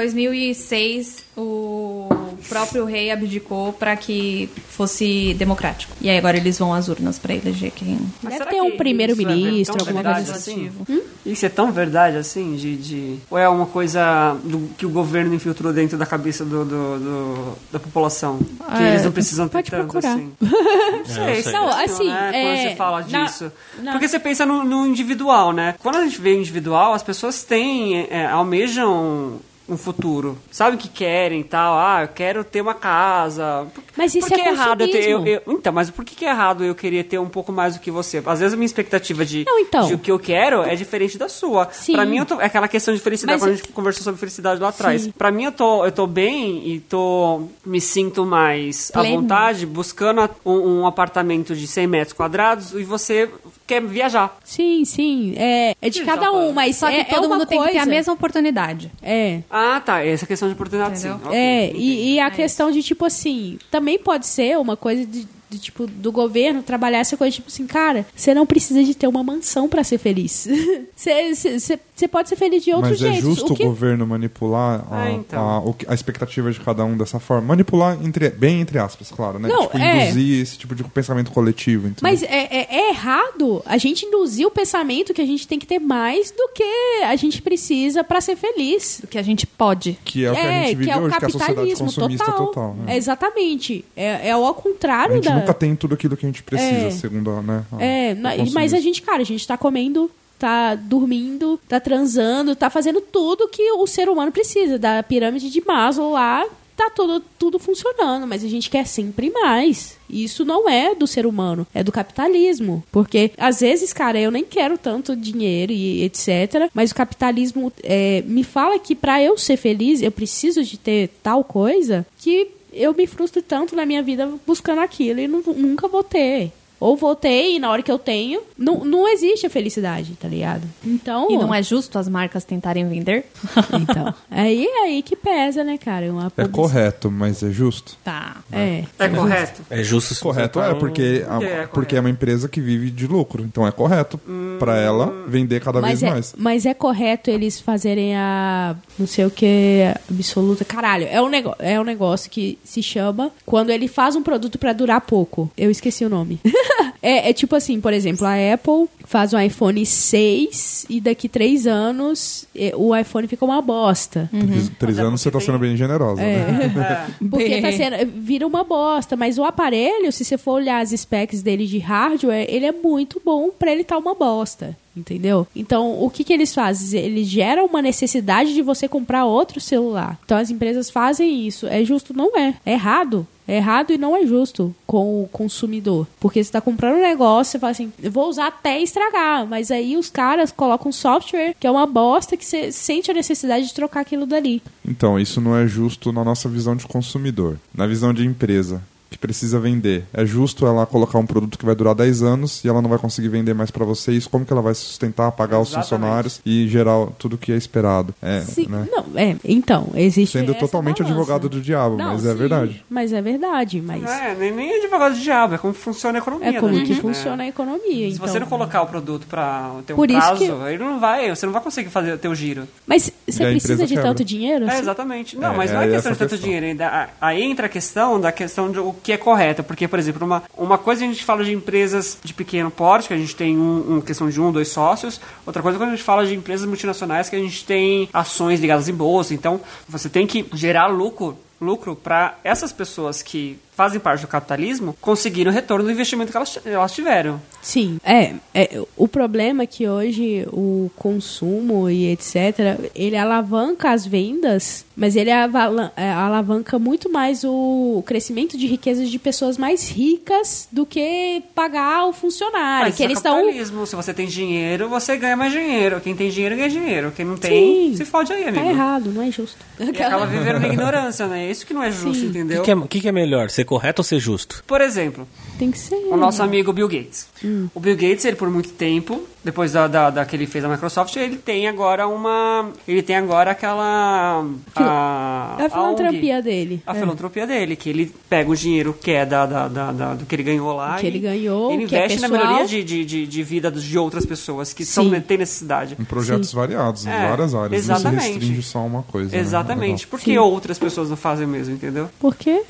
Speaker 5: 2006 o próprio rei abdicou para que fosse democrático. E aí agora eles vão às urnas para eleger quem.
Speaker 3: Mas
Speaker 4: Deve
Speaker 3: será
Speaker 4: ter
Speaker 3: que
Speaker 4: um primeiro-ministro,
Speaker 3: isso é
Speaker 4: alguma
Speaker 3: verdade
Speaker 4: coisa tipo?
Speaker 3: assim? Isso é tão verdade assim? De, de- Ou é uma coisa do- que o governo infiltrou dentro da cabeça do, do- do- da população? Que
Speaker 4: É,
Speaker 3: eles não precisam ter
Speaker 4: pode
Speaker 3: tanto
Speaker 4: procurar.
Speaker 3: assim? Não
Speaker 1: sei.
Speaker 3: isso é
Speaker 4: Não,
Speaker 3: estranho,
Speaker 4: assim,
Speaker 3: né,
Speaker 4: é,
Speaker 3: Quando você fala
Speaker 4: na-
Speaker 3: disso.
Speaker 4: na-
Speaker 3: Porque você pensa no, no individual, né? Quando a gente vê o individual, as pessoas têm, é, almejam um futuro. Sabem o que querem e tal. Ah, eu quero ter uma casa. Por-
Speaker 4: Mas isso
Speaker 3: por que
Speaker 4: é
Speaker 3: errado eu, ter, eu,
Speaker 4: consumismo.
Speaker 3: eu- Então, mas por que, que é errado eu querer ter um pouco mais do que você? Às vezes a minha expectativa de,
Speaker 4: Não, então.
Speaker 3: de o que eu quero é diferente da sua.
Speaker 4: Sim.
Speaker 3: Pra mim, eu tô- é aquela questão de felicidade,
Speaker 4: Mas
Speaker 3: quando a
Speaker 4: eu-
Speaker 3: gente conversou sobre felicidade lá atrás.
Speaker 4: Sim.
Speaker 3: Pra mim, eu tô, eu tô bem e tô me sinto mais à
Speaker 5: Pleno.
Speaker 3: vontade buscando a- um, um apartamento de 100 metros quadrados e você quer viajar.
Speaker 4: Sim, sim. É, é de
Speaker 3: Sim,
Speaker 4: cada
Speaker 3: Japão.
Speaker 4: um, mas
Speaker 5: Só que
Speaker 4: é, é
Speaker 5: todo
Speaker 4: uma
Speaker 5: mundo tem que ter a
Speaker 4: coisa-
Speaker 5: mesma oportunidade.
Speaker 4: É.
Speaker 3: Ah, tá. Essa questão de oportunidade, sim.
Speaker 5: Entendeu?
Speaker 3: Ok,
Speaker 4: é,
Speaker 3: entendi.
Speaker 4: e, e a questão de, tipo assim, também pode ser uma coisa de, de, tipo, do governo trabalhar essa coisa, tipo assim, cara, você não precisa de ter uma mansão pra ser feliz. Você- Você você Você pode ser feliz de outro
Speaker 6: Mas
Speaker 4: jeito.
Speaker 6: é justo
Speaker 4: o
Speaker 6: o,
Speaker 4: que...
Speaker 6: governo manipular a,
Speaker 3: Ah, então.
Speaker 6: a- o que- a expectativa de cada um dessa forma. Manipular entre, bem entre aspas, claro, né?
Speaker 4: Não,
Speaker 6: tipo,
Speaker 4: é.
Speaker 6: induzir esse tipo de pensamento coletivo. entendeu?
Speaker 4: Mas é, é- é errado a gente induzir o pensamento que a gente tem que ter mais do que a gente precisa pra ser feliz.
Speaker 5: Do que a gente pode.
Speaker 6: que é o que a gente vive
Speaker 4: é o
Speaker 6: hoje, que é a sociedade
Speaker 4: capitalismo
Speaker 6: consumista total.
Speaker 4: total.
Speaker 6: né?
Speaker 4: É, exatamente. É, é ao
Speaker 6: A
Speaker 4: contrário
Speaker 6: gente
Speaker 4: da.
Speaker 6: nunca tem tudo aquilo que a gente precisa,
Speaker 4: É.
Speaker 6: segundo a, né, a-
Speaker 4: É,
Speaker 6: o
Speaker 4: na- e- mas
Speaker 6: consumismo.
Speaker 4: a gente, cara, a gente tá comendo, tá dormindo, tá transando, tá fazendo tudo que o ser humano precisa. Da pirâmide de Maslow lá, tá tudo, tudo funcionando, mas a gente quer sempre mais. E Isso não é do ser humano, é do capitalismo. Porque, às vezes, cara, eu nem quero tanto dinheiro e etc. Mas o capitalismo é, me fala que pra eu ser feliz, eu preciso de ter tal coisa que eu me frustro tanto na minha vida buscando aquilo e nu- nunca vou ter. Ou voltei e na hora que eu tenho, não, não existe a felicidade, tá ligado? Então.
Speaker 5: E não é justo as marcas tentarem vender?
Speaker 4: Então. Aí é aí que pesa, né, cara? Uma
Speaker 6: É
Speaker 4: publici-
Speaker 6: correto, né? mas é justo.
Speaker 5: Tá.
Speaker 4: É.
Speaker 3: É correto?
Speaker 1: É justo se
Speaker 6: Correto é,
Speaker 1: tentar um-
Speaker 6: porque, a-
Speaker 4: Então,
Speaker 3: É, é correto.
Speaker 6: porque é uma empresa que vive de lucro. Então é correto pra ela vender cada
Speaker 4: Hum. Mas
Speaker 6: vez
Speaker 4: é,
Speaker 6: mais.
Speaker 4: mas é correto eles fazerem a não sei o que absoluta. Caralho, é um, nego, é um negócio que se chama quando ele faz um produto pra durar pouco. Eu esqueci o nome. é, é tipo assim, por exemplo, a Apple faz um iPhone 6 e daqui três anos eh, o iPhone fica uma bosta.
Speaker 6: Três, três
Speaker 3: Mas é
Speaker 6: anos você tá
Speaker 3: porque
Speaker 6: sendo bem generosa,
Speaker 4: É.
Speaker 6: né?
Speaker 4: Porque tá sendo, vira uma bosta, mas o aparelho, se você for olhar as specs dele de hardware, ele é muito bom pra ele tá uma bosta. Entendeu? Então, o que, que eles fazem? Eles geram uma necessidade de você comprar outro celular. Então, as empresas fazem isso. É justo? Não é. É errado. É errado e não é justo com o consumidor. Porque você tá comprando um negócio, você fala assim, eu vou usar até estragar. Mas aí os caras colocam um software que é uma bosta que você sente a necessidade de trocar aquilo dali.
Speaker 6: Então, isso não é justo na nossa visão de consumidor. Na visão de empresa, que precisa vender. É justo ela colocar um produto que vai durar 10 anos e ela não vai conseguir vender mais pra vocês. Como que ela vai se sustentar, pagar os
Speaker 3: Exatamente.
Speaker 6: funcionários e gerar tudo que é esperado? É,
Speaker 4: Sim,
Speaker 6: né?
Speaker 4: não, é, então, existe
Speaker 6: Sendo
Speaker 4: essa
Speaker 6: totalmente
Speaker 4: balança.
Speaker 6: advogado do diabo,
Speaker 4: Não,
Speaker 6: mas é
Speaker 4: sim,
Speaker 6: verdade.
Speaker 4: Mas é verdade, mas
Speaker 3: Não é, nem, nem advogado de diabo, é como funciona a economia.
Speaker 4: é como
Speaker 3: né,
Speaker 4: que
Speaker 3: né?
Speaker 4: funciona a economia,
Speaker 3: Se
Speaker 4: então.
Speaker 3: você não colocar o produto pra ter um
Speaker 4: Por isso
Speaker 3: prazo,
Speaker 4: que-
Speaker 3: ele não vai, você não vai conseguir fazer ter o giro.
Speaker 4: Mas
Speaker 6: E
Speaker 4: você
Speaker 6: a
Speaker 4: precisa
Speaker 6: empresa
Speaker 4: de
Speaker 6: quebra.
Speaker 4: tanto dinheiro?
Speaker 3: É,
Speaker 4: assim?
Speaker 3: exatamente. Não,
Speaker 6: É,
Speaker 3: mas não
Speaker 6: é
Speaker 3: é
Speaker 6: essa
Speaker 3: questão de tanto
Speaker 6: questão.
Speaker 3: dinheiro. ainda- Aí entra a questão da questão de o que é correto. Porque, por exemplo, uma, uma coisa a gente fala de empresas de pequeno porte, que a gente tem um, um- questão de um, dois sócios. Outra coisa é quando a gente fala de empresas multinacionais, que a gente tem ações ligadas em bolsa. Então, você tem que gerar lucro lucro para essas pessoas que fazem parte do capitalismo conseguirem o retorno do investimento que elas, ti- elas tiveram.
Speaker 4: Sim. É, é, o problema é que hoje o consumo e etc, ele alavanca as vendas, mas ele avala- é, alavanca muito mais o crescimento de riquezas de pessoas mais ricas do que pagar o funcionário,
Speaker 3: Mas isso
Speaker 4: que
Speaker 3: é
Speaker 4: eles estão
Speaker 3: capitalismo. Se você tem dinheiro, você ganha mais dinheiro. Quem tem dinheiro, ganha dinheiro. Quem não tem,
Speaker 4: Sim.
Speaker 3: se fode aí, amigo.
Speaker 4: Tá errado, não é justo.
Speaker 3: E acaba vivendo na ignorância, né? Isso que não é justo, entendeu?
Speaker 1: O que, é que é- o que que é melhor, ser correto ou ser justo?
Speaker 3: Por exemplo,
Speaker 4: Tem que ser.
Speaker 3: o nosso amigo Bill Gates. O Bill Gates, ele por muito tempo, depois da, da, da que ele fez a Microsoft, ele tem agora uma... Ele tem agora aquela... A,
Speaker 4: é a filantropia
Speaker 3: ONG,
Speaker 4: dele.
Speaker 3: A
Speaker 4: É.
Speaker 3: filantropia dele, que ele pega o dinheiro que é da, da, da- da- do que ele ganhou lá.
Speaker 4: O que ele
Speaker 3: e
Speaker 4: ganhou,
Speaker 3: Ele
Speaker 4: o que é
Speaker 3: investe na
Speaker 4: pessoal.
Speaker 3: melhoria de, de, de, de vida dos- de outras pessoas que são,
Speaker 4: Sim.
Speaker 3: têm necessidade.
Speaker 6: Em projetos variados, em
Speaker 3: É,
Speaker 6: várias áreas. Não se
Speaker 3: exatamente.
Speaker 6: restringe só a uma coisa. né?
Speaker 3: Exatamente.
Speaker 6: Legal.
Speaker 3: Por que
Speaker 4: Sim.
Speaker 3: outras pessoas não fazem o mesmo, entendeu?
Speaker 4: Porque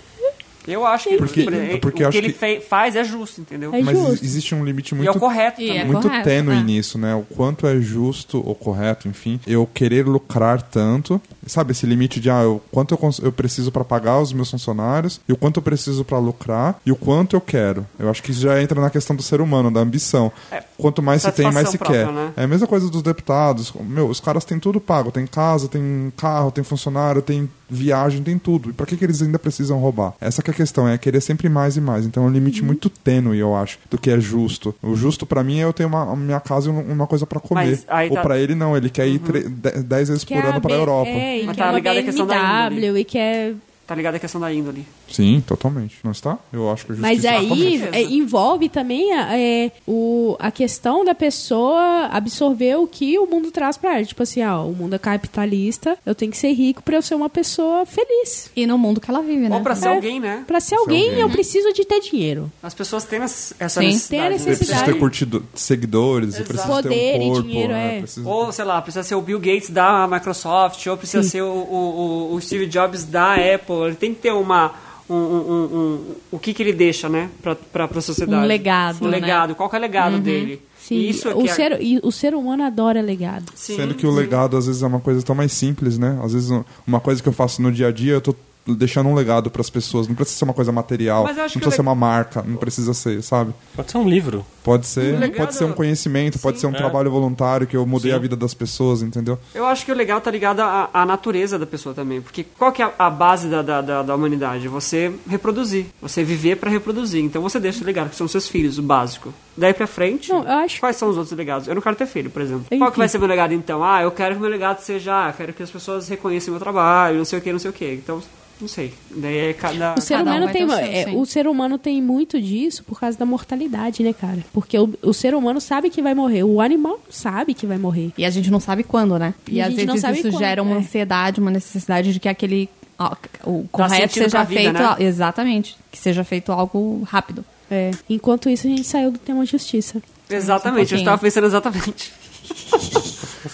Speaker 3: Eu acho que
Speaker 6: Porque- é
Speaker 3: por-
Speaker 6: porque
Speaker 3: o que
Speaker 6: eu acho
Speaker 3: ele
Speaker 6: que-
Speaker 3: fe- faz é justo, entendeu?
Speaker 4: É
Speaker 6: Mas
Speaker 4: justo.
Speaker 6: existe um limite
Speaker 3: E é o
Speaker 6: muito
Speaker 3: correto
Speaker 5: E
Speaker 3: também.
Speaker 5: é
Speaker 6: muito
Speaker 5: correto,
Speaker 6: tênue
Speaker 5: é.
Speaker 6: nisso, né? O quanto é justo ou correto, enfim, eu querer lucrar tanto, sabe? Esse limite de, ah, o quanto eu, cons- eu preciso pra pagar os meus funcionários, e o quanto eu preciso pra lucrar, e o quanto eu quero. Eu acho que isso já entra na questão do ser humano, da ambição. quanto mais se tem, mais se
Speaker 3: É, satisfação
Speaker 6: quer.
Speaker 3: própria, né?
Speaker 6: É a mesma coisa dos deputados. Meu, os caras têm tudo pago. Tem casa, tem carro, tem funcionário, tem viagem, tem tudo. E pra que, que eles ainda precisam roubar? Essa que é a questão, é querer sempre mais e mais. Então é um limite
Speaker 4: Uhum.
Speaker 6: muito tênue, eu acho, do que é justo. O justo pra mim é eu ter uma a minha casa e um- uma coisa pra comer.
Speaker 3: Mas aí
Speaker 6: Ou
Speaker 3: tá-
Speaker 6: pra ele não, ele quer ir tre- de- dez vezes
Speaker 4: que
Speaker 6: por
Speaker 4: a
Speaker 6: ano pra
Speaker 4: B-
Speaker 6: Europa.
Speaker 4: Uhum. É, e
Speaker 3: Mas
Speaker 4: que
Speaker 3: tá
Speaker 4: é uma
Speaker 3: ligado à questão da
Speaker 4: BMW, e que é
Speaker 3: Tá ligado à questão da índole.
Speaker 6: Sim, totalmente. Não está? Eu acho que a
Speaker 4: Mas
Speaker 6: justiça...
Speaker 4: aí
Speaker 3: certeza.
Speaker 4: é, envolve também é, o, a questão da pessoa absorver o que o mundo traz pra ela. Tipo assim, ah, o mundo é capitalista, eu tenho que ser rico pra eu ser uma pessoa feliz.
Speaker 5: E no mundo que ela vive, né?
Speaker 3: Ou pra ser
Speaker 4: É.
Speaker 3: alguém, né?
Speaker 4: Pra ser alguém,
Speaker 6: alguém.
Speaker 4: eu preciso de ter dinheiro.
Speaker 3: As pessoas têm essa essa
Speaker 5: Sim.
Speaker 3: necessidade.
Speaker 4: Tem a
Speaker 3: né?
Speaker 6: Eu preciso
Speaker 4: necessidade.
Speaker 6: ter curtido seguidores, eu preciso ter
Speaker 4: Poder e
Speaker 6: um corpo.
Speaker 4: dinheiro,
Speaker 6: né?
Speaker 4: é.
Speaker 6: Preciso-
Speaker 3: Ou, sei lá, precisa ser o Bill Gates da Microsoft, ou precisa ser o, o, o- o Steve Jobs da Apple. Ele tem que ter uma. Um, um- um- um- o que, que ele deixa, né? Pra, pra, pra sociedade.
Speaker 5: Um legado,
Speaker 3: Um
Speaker 5: né?
Speaker 3: legado. Qual que é o legado dele?
Speaker 4: Sim,
Speaker 3: E isso é
Speaker 4: o,
Speaker 3: que é-
Speaker 4: ser, e o ser humano adora legado.
Speaker 3: Sim,
Speaker 6: Sendo que o legado, às vezes, é uma coisa tão mais simples, né? Às vezes, um- uma coisa que eu faço no dia a dia, eu tô deixando um legado pras pessoas. Não precisa ser uma coisa material, não
Speaker 3: Mas eu acho que
Speaker 6: precisa
Speaker 3: o
Speaker 6: ser
Speaker 3: le-
Speaker 6: uma marca, não precisa ser, sabe?
Speaker 1: Pode ser um livro.
Speaker 6: Pode ser,
Speaker 3: O legado-
Speaker 6: pode ser um conhecimento, pode
Speaker 1: É.
Speaker 6: ser um trabalho voluntário que eu mudei a vida das pessoas, entendeu?
Speaker 3: Eu acho que o legal tá ligado à, à natureza da pessoa também. Porque qual que é a, a base da, da, da, da humanidade? Você reproduzir. Você viver pra reproduzir. Então você deixa o legado, que são seus filhos, o básico. Daí pra frente,
Speaker 4: Não, eu acho-
Speaker 3: quais são os outros legados? Eu não quero ter filho, por exemplo.
Speaker 4: Enfim.
Speaker 3: Qual que vai ser meu legado então? Ah, eu quero que meu legado seja... ah, quero que as pessoas reconheçam meu trabalho, não sei o que, não sei o que. Então, não sei. Daí é cada...
Speaker 4: O ser,
Speaker 5: Cada um
Speaker 4: humano
Speaker 5: vai ter
Speaker 4: tem,
Speaker 5: o seu,
Speaker 4: é,
Speaker 5: sim.
Speaker 4: o ser humano tem muito disso por causa da mortalidade, né, cara? Porque o, o ser humano sabe que vai morrer, o animal sabe que vai morrer.
Speaker 5: E a gente não sabe quando, né? E,
Speaker 4: E a
Speaker 5: às
Speaker 4: gente
Speaker 5: vezes
Speaker 4: não sabe
Speaker 5: isso
Speaker 4: quando,
Speaker 5: gera uma
Speaker 4: é.
Speaker 5: ansiedade, uma necessidade de que aquele. ó, O
Speaker 3: Dá
Speaker 5: correto
Speaker 3: sentido Tá pra
Speaker 5: seja
Speaker 3: vida,
Speaker 5: feito.
Speaker 3: né?
Speaker 5: ó, Exatamente. Que seja feito algo rápido.
Speaker 4: É. Enquanto isso, a gente saiu do tema justiça.
Speaker 3: Exatamente, eu
Speaker 5: pouquinho.
Speaker 3: estava pensando exatamente.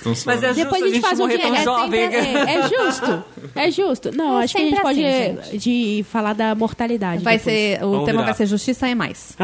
Speaker 6: Então, só-
Speaker 3: Mas é justo
Speaker 4: Depois a gente, faz um
Speaker 3: morrer tão
Speaker 4: direto. É,
Speaker 3: jovem. né?
Speaker 4: sempre- é, é justo. É justo. Não,
Speaker 5: É
Speaker 4: acho que a gente
Speaker 5: sempre
Speaker 4: pode eh,
Speaker 5: assim, gente.
Speaker 4: de falar da mortalidade.
Speaker 5: Vai
Speaker 4: depois.
Speaker 5: ser, o
Speaker 1: Vamos
Speaker 5: tema
Speaker 1: virar.
Speaker 5: vai ser justiça é mais.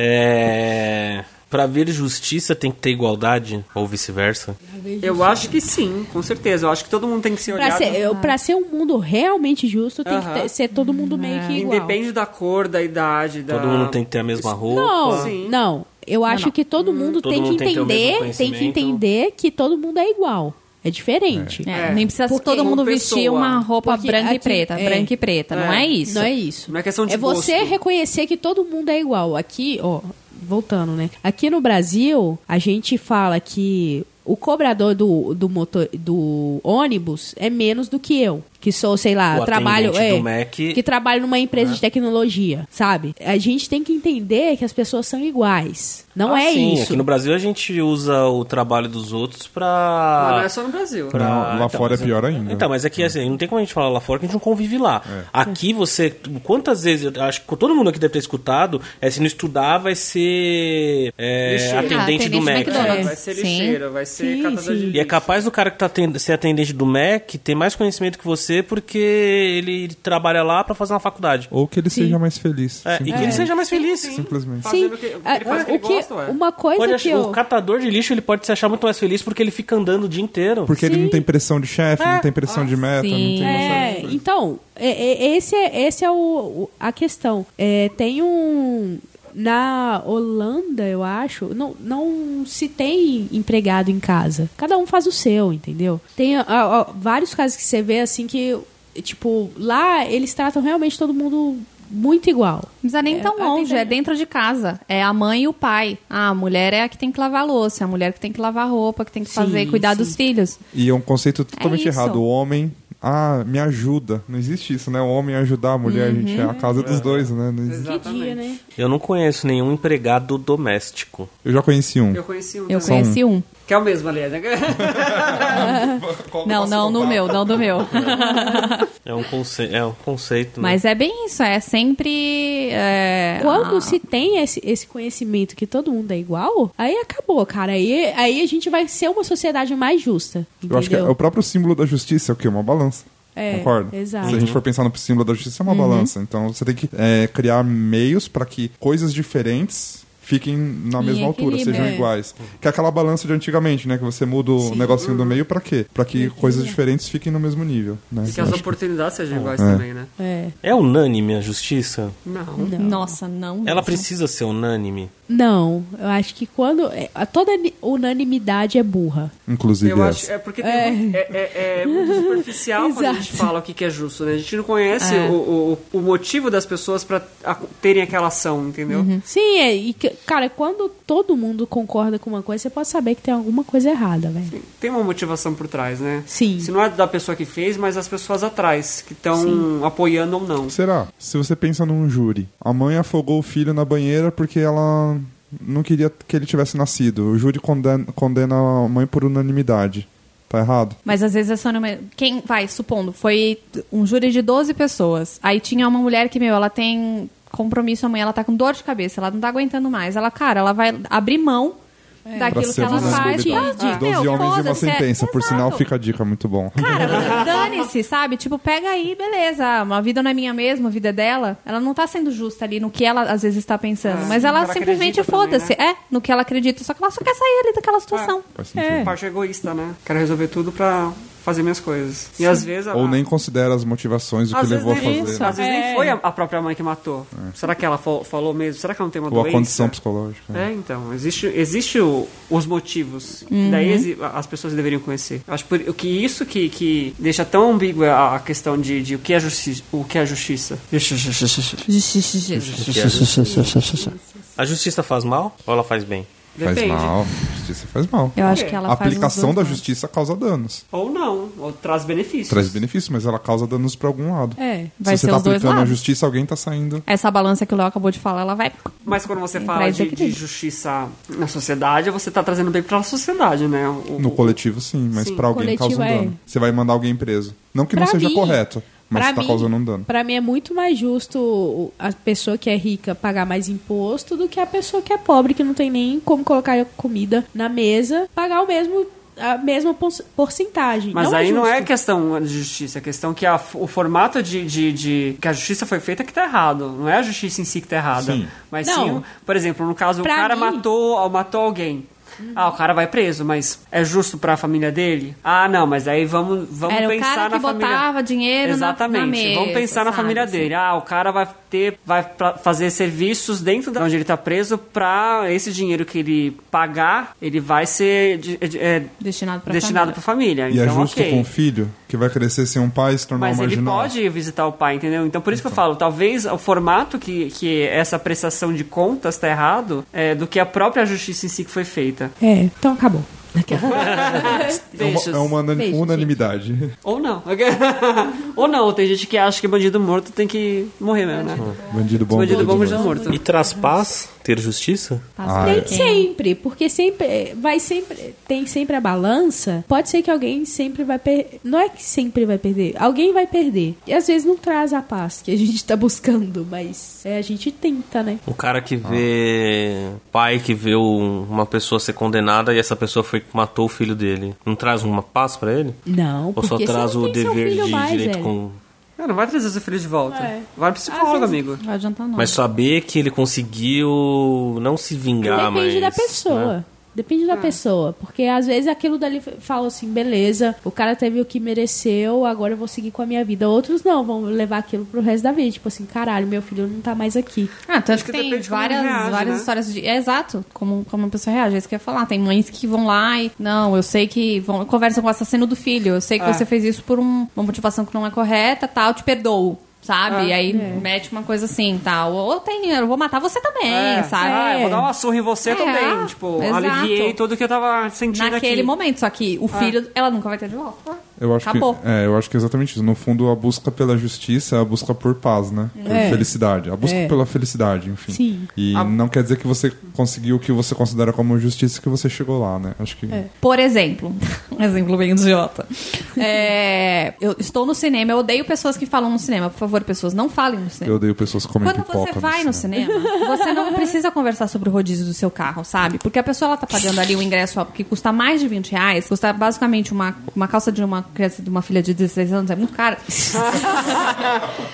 Speaker 1: É. Pra haver justiça tem que ter igualdade, ou vice-versa.
Speaker 3: Eu acho que sim, com certeza. Eu acho que todo mundo tem que ser
Speaker 4: Pra
Speaker 3: olhado...
Speaker 4: ser, eu- pra ser um mundo realmente justo, tem
Speaker 3: Aham.
Speaker 4: que ter- ser todo mundo meio
Speaker 5: Hum, é.
Speaker 4: que igual.
Speaker 3: Ah, Independe da cor, da idade, da...
Speaker 1: Todo mundo tem que ter a mesma roupa.
Speaker 4: Não,
Speaker 3: Sim.
Speaker 4: não. Eu acho que todo mundo
Speaker 1: Todo
Speaker 4: tem
Speaker 1: mundo
Speaker 4: que
Speaker 1: tem que ter o mesmo
Speaker 4: entender, tem,
Speaker 1: conhecimento.
Speaker 4: que entender que todo mundo é igual. É diferente.
Speaker 5: É, nem precisa
Speaker 3: Porque
Speaker 5: todo
Speaker 3: como
Speaker 5: mundo vestir
Speaker 3: pessoa.
Speaker 5: uma roupa
Speaker 4: Porque
Speaker 5: branca e
Speaker 4: aqui-
Speaker 5: preta.
Speaker 4: é.
Speaker 5: Branca e preta. Não é isso.
Speaker 4: Não é isso.
Speaker 3: Não é questão de
Speaker 4: É você
Speaker 3: gosto.
Speaker 4: reconhecer que todo mundo é igual. Aqui, ó, voltando, né? Aqui no Brasil, a gente fala que o cobrador do, do, motor, do ônibus é menos do que eu. Que sou, sei lá,
Speaker 1: O
Speaker 4: trabalho.
Speaker 1: atendente
Speaker 4: é,
Speaker 1: do Mac.
Speaker 4: Que trabalho numa empresa
Speaker 3: né?
Speaker 4: de tecnologia, sabe? A gente tem que entender que as pessoas são iguais. Não
Speaker 1: Ah,
Speaker 4: é
Speaker 1: sim,
Speaker 4: isso.
Speaker 1: Aqui no Brasil a gente usa o trabalho dos outros pra.
Speaker 3: Mas não é só no Brasil.
Speaker 1: pra-
Speaker 6: Não, lá fora
Speaker 1: mas
Speaker 6: é pior ainda. É.
Speaker 1: Então, mas aqui assim, não tem como a gente falar lá fora que a gente não convive lá. Aqui você. Quantas vezes, eu acho que todo mundo aqui deve ter escutado, é se não estudar, vai ser é,
Speaker 3: Lixeira.
Speaker 1: atendente,
Speaker 5: Ah, atendente
Speaker 1: do
Speaker 5: do
Speaker 1: Mac.
Speaker 5: McDonald's.
Speaker 3: Vai ser
Speaker 5: Sim.
Speaker 3: lixeira, vai ser
Speaker 4: É, Sim,
Speaker 3: catador de
Speaker 4: sim.
Speaker 1: E é
Speaker 3: lixo.
Speaker 1: capaz do cara que tá atend- ser atendente do Mac ter mais conhecimento que você porque ele trabalha lá pra fazer uma faculdade.
Speaker 6: Ou que ele seja mais feliz.
Speaker 1: É, e que ele
Speaker 6: simplesmente.
Speaker 1: seja mais feliz.
Speaker 6: Simplesmente.
Speaker 3: Fazendo o que- ele
Speaker 4: ah,
Speaker 3: faz o que ele gosta, ué.
Speaker 4: uma coisa
Speaker 1: Pode
Speaker 4: que
Speaker 1: achar-
Speaker 4: eu...
Speaker 1: O catador de lixo ele pode se achar muito mais feliz porque ele fica andando o dia inteiro.
Speaker 6: Porque ele não tem pressão de chefe, não tem pressão de meta, não
Speaker 5: sim.
Speaker 6: tem...
Speaker 4: É, então, é, é, esse é, esse é o, o- a questão. É, tem um. Na Holanda, eu acho, não, não se tem empregado em casa. Cada um faz o seu, entendeu? Tem ah, ah, vários casos que você vê assim que, tipo, lá eles tratam realmente todo mundo muito igual.
Speaker 5: Não precisa nem tão
Speaker 4: ah,
Speaker 5: longe,
Speaker 4: tem-
Speaker 5: é dentro de casa. É a mãe e o pai. Ah, a mulher é a que tem que lavar a louça, é a mulher que tem que lavar a roupa, que tem que
Speaker 4: Sim,
Speaker 5: fazer, cuidar
Speaker 4: sim.
Speaker 5: dos filhos.
Speaker 6: E é um conceito
Speaker 5: isso.
Speaker 6: totalmente errado. O homem, ah, me ajuda. Não existe isso, né? O homem ajudar a mulher, gente. É a casa dos dois, né? Não existe.
Speaker 4: Que dia, né?
Speaker 1: Eu não conheço nenhum empregado doméstico.
Speaker 6: Eu já conheci um.
Speaker 3: Eu conheci um
Speaker 5: Eu
Speaker 3: também.
Speaker 5: conheci um.
Speaker 3: Que é o mesmo, aliás. né? é
Speaker 5: Não, não no meu, não do meu.
Speaker 1: É um, conce... é um conceito. né?
Speaker 5: Mas é bem isso, é sempre. é,
Speaker 4: Quando
Speaker 5: a-
Speaker 4: se tem esse, esse conhecimento que todo mundo é igual, aí acabou, cara. Aí, aí a gente vai ser uma sociedade mais justa. Entendeu?
Speaker 6: Eu acho que é o próprio símbolo da justiça, é o quê? Uma balança.
Speaker 4: É,
Speaker 6: Concorda?
Speaker 4: exato.
Speaker 6: Se a gente for pensar no símbolo da justiça, é
Speaker 5: Uhum.
Speaker 6: uma balança. Então você tem que é, criar meios para que coisas diferentes fiquem na
Speaker 5: Em
Speaker 6: mesma altura,
Speaker 5: equilíbrio,
Speaker 6: sejam
Speaker 5: é.
Speaker 6: iguais. Que é aquela balança de antigamente, né? Que você muda o negocinho do meio para quê? Para que coisas diferentes fiquem no mesmo nível. Né?
Speaker 3: Que
Speaker 6: Eu
Speaker 3: as
Speaker 6: acho
Speaker 3: oportunidades sejam iguais também, né?
Speaker 4: É.
Speaker 1: É unânime a justiça?
Speaker 3: Não.
Speaker 5: Nossa, não.
Speaker 1: Ela
Speaker 5: mesmo.
Speaker 1: precisa ser unânime.
Speaker 4: Não, eu acho que quando. é, a Toda ni- unanimidade é burra.
Speaker 6: Inclusive
Speaker 3: Eu acho,
Speaker 6: essa.
Speaker 3: é porque tem muito- É, é- é muito superficial quando a gente
Speaker 4: Exato. É.
Speaker 3: fala o que que é justo, né? A gente não conhece o, o, o motivo das pessoas pra a- terem aquela ação, entendeu?
Speaker 4: Sim, é, e, que- cara, quando todo mundo concorda com uma coisa, você pode saber que tem alguma coisa errada, velho.
Speaker 3: Tem uma motivação por trás, né?
Speaker 4: Sim.
Speaker 3: Se não é da pessoa que fez, mas as pessoas atrás, que estão apoiando ou não.
Speaker 6: Será? Se você pensa num júri, a mãe afogou o filho na banheira porque ela não queria que ele tivesse nascido. O júri condena, condena a mãe por unanimidade. Tá errado?
Speaker 5: Mas às vezes essa número. Quem vai, supondo, foi um júri de 12 pessoas. Aí tinha uma mulher que, meu, ela tem compromisso amanhã, ela tá com dor de cabeça, ela não tá aguentando mais. Ela, cara, ela vai abrir mão daquilo
Speaker 6: Pra
Speaker 5: que
Speaker 6: ser
Speaker 5: ela faz.
Speaker 6: vulnerabilidade.
Speaker 5: pra-
Speaker 4: Ah,
Speaker 6: 12
Speaker 5: meu,
Speaker 6: É. homens e uma
Speaker 5: foda-se, é-
Speaker 6: sentença. Por
Speaker 5: Exato.
Speaker 6: sinal, fica a dica, muito bom.
Speaker 5: Cara, dane-se, sabe? Tipo, pega aí, beleza. A vida não é minha mesmo, a vida é dela. Ela não tá sendo justa ali no que ela às vezes tá pensando.
Speaker 3: Ah,
Speaker 5: mas
Speaker 3: sim,
Speaker 5: ela,
Speaker 3: ela
Speaker 5: simplesmente
Speaker 3: acredita também,
Speaker 5: foda-se.
Speaker 6: né?
Speaker 5: É, no que ela acredita. Só que ela só quer sair ali daquela situação.
Speaker 6: Faz sentido.
Speaker 5: é.
Speaker 3: Parte egoísta, né? Quero resolver tudo pra fazer minhas coisas. E às vezes... a-
Speaker 6: Ou nem considera as motivações, o que
Speaker 3: Às vezes,
Speaker 6: levou a
Speaker 3: nem,
Speaker 6: fazer.
Speaker 3: às
Speaker 6: né? É.
Speaker 3: vezes é
Speaker 5: É.
Speaker 3: nem foi a, a própria mãe que matou. Será que ela fal- falou mesmo? Será que ela não tem uma
Speaker 6: Ou a
Speaker 3: doença?
Speaker 6: condição psicológica.
Speaker 3: É, então, existe, existe o- os motivos.
Speaker 5: Uhum.
Speaker 3: Daí exi- as pessoas deveriam conhecer. Acho por, que isso que, que deixa tão ambígua a, a questão de, de o, que é justi o que é justiça.
Speaker 6: Ah.
Speaker 1: A justiça faz mal ou ela faz bem?
Speaker 6: Faz
Speaker 3: Depende.
Speaker 6: mal. Justiça faz mal.
Speaker 5: Eu acho que ela
Speaker 6: A
Speaker 5: faz os dois
Speaker 6: aplicação da
Speaker 5: lados.
Speaker 6: justiça causa danos.
Speaker 3: Ou não, ou traz benefícios.
Speaker 6: Traz benefício, mas ela causa danos pra algum lado.
Speaker 4: É.
Speaker 5: Vai
Speaker 6: Se você
Speaker 5: ser
Speaker 6: tá
Speaker 5: os dois
Speaker 6: aplicando a
Speaker 5: lados.
Speaker 6: justiça, alguém tá saindo.
Speaker 5: Essa balança que o Léo acabou de falar, ela vai.
Speaker 3: Mas quando você
Speaker 5: Sim,
Speaker 3: fala
Speaker 5: traz
Speaker 3: de, de
Speaker 5: equilíbrio.
Speaker 3: justiça na sociedade, você tá trazendo bem pra sociedade, né? O-
Speaker 6: No
Speaker 3: o-
Speaker 6: coletivo, sim, mas
Speaker 3: Sim.
Speaker 6: pra alguém
Speaker 4: Coletivo
Speaker 6: causa um
Speaker 4: é.
Speaker 6: dano. Você vai mandar alguém preso. Não que não
Speaker 4: Pra
Speaker 6: seja
Speaker 4: mim-
Speaker 6: correto, mas
Speaker 4: pra
Speaker 6: você tá
Speaker 4: mim-
Speaker 6: causando um dano.
Speaker 4: Pra mim é muito mais justo o- a pessoa que é rica pagar mais imposto do que a pessoa que é pobre, que não tem nem como colocar comida na mesa, pagar o mesmo, a mesma pos- porcentagem.
Speaker 3: Mas
Speaker 4: não
Speaker 3: aí
Speaker 4: é
Speaker 3: não é
Speaker 4: justo.
Speaker 3: questão de justiça, é questão que a- o formato de, de- de- que a justiça foi feita que tá errado. Não é a justiça em si que tá errada.
Speaker 6: Sim.
Speaker 3: Mas
Speaker 4: Não.
Speaker 3: sim, por exemplo, no caso,
Speaker 4: Pra
Speaker 3: o cara
Speaker 4: mim-
Speaker 3: matou, matou alguém.
Speaker 5: Uhum.
Speaker 3: Ah, o cara vai preso, mas é justo pra família dele? Ah, não, mas aí vamos, vamos
Speaker 5: Era o
Speaker 3: pensar
Speaker 5: cara que
Speaker 3: na família.
Speaker 5: botava dinheiro na-
Speaker 3: Exatamente.
Speaker 5: na mesa,
Speaker 3: vamos pensar na
Speaker 5: sabe,
Speaker 3: família
Speaker 5: assim.
Speaker 3: dele. Ah, o cara vai ter, vai pra- fazer serviços dentro de onde ele tá preso pra esse dinheiro que ele pagar, ele vai ser de- de- é,
Speaker 5: Destinado pra
Speaker 3: destinado
Speaker 5: família.
Speaker 3: pra família.
Speaker 6: E
Speaker 3: então,
Speaker 6: é justo
Speaker 3: ok.
Speaker 6: com o filho que vai crescer sem um pai e se tornar
Speaker 3: Mas
Speaker 6: um
Speaker 3: ele
Speaker 6: marginal.
Speaker 3: pode visitar o pai, entendeu? Então por isso que eu falo, talvez o formato que, que essa prestação de contas tá errado é do que a própria justiça em si que foi feita.
Speaker 4: É, então acabou.
Speaker 6: É uma,
Speaker 3: Beijos.
Speaker 6: é uma unani-
Speaker 4: Beijos,
Speaker 6: unanimidade.
Speaker 3: Ou não. Ou não, tem gente que acha que bandido morto tem que morrer mesmo, né?
Speaker 6: Bandido bom.
Speaker 3: bandido bom,
Speaker 6: bandido
Speaker 3: bandido morto.
Speaker 1: E traz paz ter justiça?
Speaker 5: Passa
Speaker 6: Ah,
Speaker 5: pra
Speaker 6: é.
Speaker 5: quem?
Speaker 4: Sempre, porque sempre é, vai sempre tem sempre a balança. Pode ser que alguém sempre vai perder, não é que sempre vai perder, alguém vai perder. E às vezes não traz a paz que a gente tá buscando, mas é, a gente tenta, né?
Speaker 1: O Um cara que vê. Pai que vê um- uma pessoa ser condenada e essa pessoa foi que matou o filho dele. Não traz uma paz pra ele?
Speaker 4: Não,
Speaker 1: Ou
Speaker 4: porque
Speaker 1: só
Speaker 4: você
Speaker 1: traz
Speaker 4: não
Speaker 1: o
Speaker 4: tem seu
Speaker 1: dever
Speaker 4: filho
Speaker 1: de
Speaker 4: mais,
Speaker 1: direito
Speaker 4: velho.
Speaker 1: com.
Speaker 3: Cara, não vai trazer seu filho de volta.
Speaker 4: É.
Speaker 3: Vai pro psicólogo,
Speaker 4: Às
Speaker 3: amigo.
Speaker 5: Não vai adiantar, não.
Speaker 1: Mas saber que ele conseguiu não se vingar, mas.
Speaker 4: Depende da pessoa.
Speaker 1: né?
Speaker 4: Depende
Speaker 5: É.
Speaker 4: da pessoa. Porque às vezes aquilo dali fala assim, beleza, o cara teve o que mereceu, agora eu vou seguir com a minha vida. Outros não, vão levar aquilo pro resto da vida. Tipo assim, caralho, meu filho não tá mais aqui.
Speaker 5: Ah, tanto
Speaker 3: Acho
Speaker 5: que
Speaker 3: que
Speaker 5: tem
Speaker 3: depende de como
Speaker 5: várias,
Speaker 3: ele reage,
Speaker 5: várias
Speaker 3: né?
Speaker 5: histórias de. É exato, como, como a pessoa reage, é isso que eu ia falar. Tem mães que vão lá e. Não, eu sei que. Vão, conversam com o assassino do filho. Eu sei que
Speaker 3: É.
Speaker 5: você fez isso por um- uma motivação que não é correta, tal, te perdoo. Sabe?
Speaker 3: É.
Speaker 5: E aí
Speaker 6: É.
Speaker 5: mete uma coisa assim, tal. Ou tem, eu vou matar você também,
Speaker 3: É.
Speaker 5: sabe?
Speaker 3: Ah, eu vou dar uma surra em você
Speaker 5: É.
Speaker 3: também. Tipo,
Speaker 5: Exato.
Speaker 3: aliviei tudo que eu tava sentindo
Speaker 5: Naquele
Speaker 3: aqui.
Speaker 5: momento, só que
Speaker 3: É.
Speaker 5: o filho, ela nunca vai ter de volta.
Speaker 6: Eu acho, que,
Speaker 5: Acabou.
Speaker 6: é, eu acho que é exatamente isso. No fundo, a busca pela justiça é a busca por paz, né? Por
Speaker 4: É.
Speaker 6: felicidade. A busca
Speaker 4: É.
Speaker 6: pela felicidade, enfim.
Speaker 4: Sim.
Speaker 6: E não quer dizer que você conseguiu o que você considera como justiça que você chegou lá, né? Acho que.
Speaker 4: É.
Speaker 5: Por exemplo, um exemplo bem idiota. É, eu estou no cinema, eu odeio pessoas que falam no cinema. Por favor, pessoas, não falem no cinema.
Speaker 6: Eu odeio pessoas que comem
Speaker 5: Quando
Speaker 6: pipoca. assim, né?
Speaker 5: você vai no cinema, você não precisa conversar sobre o rodízio do seu carro, sabe? Porque a pessoa ela tá pagando ali um ingresso que custa mais de 20 reais, custa basicamente uma, uma calça de uma criança de uma filha de 16 anos, é muito caro.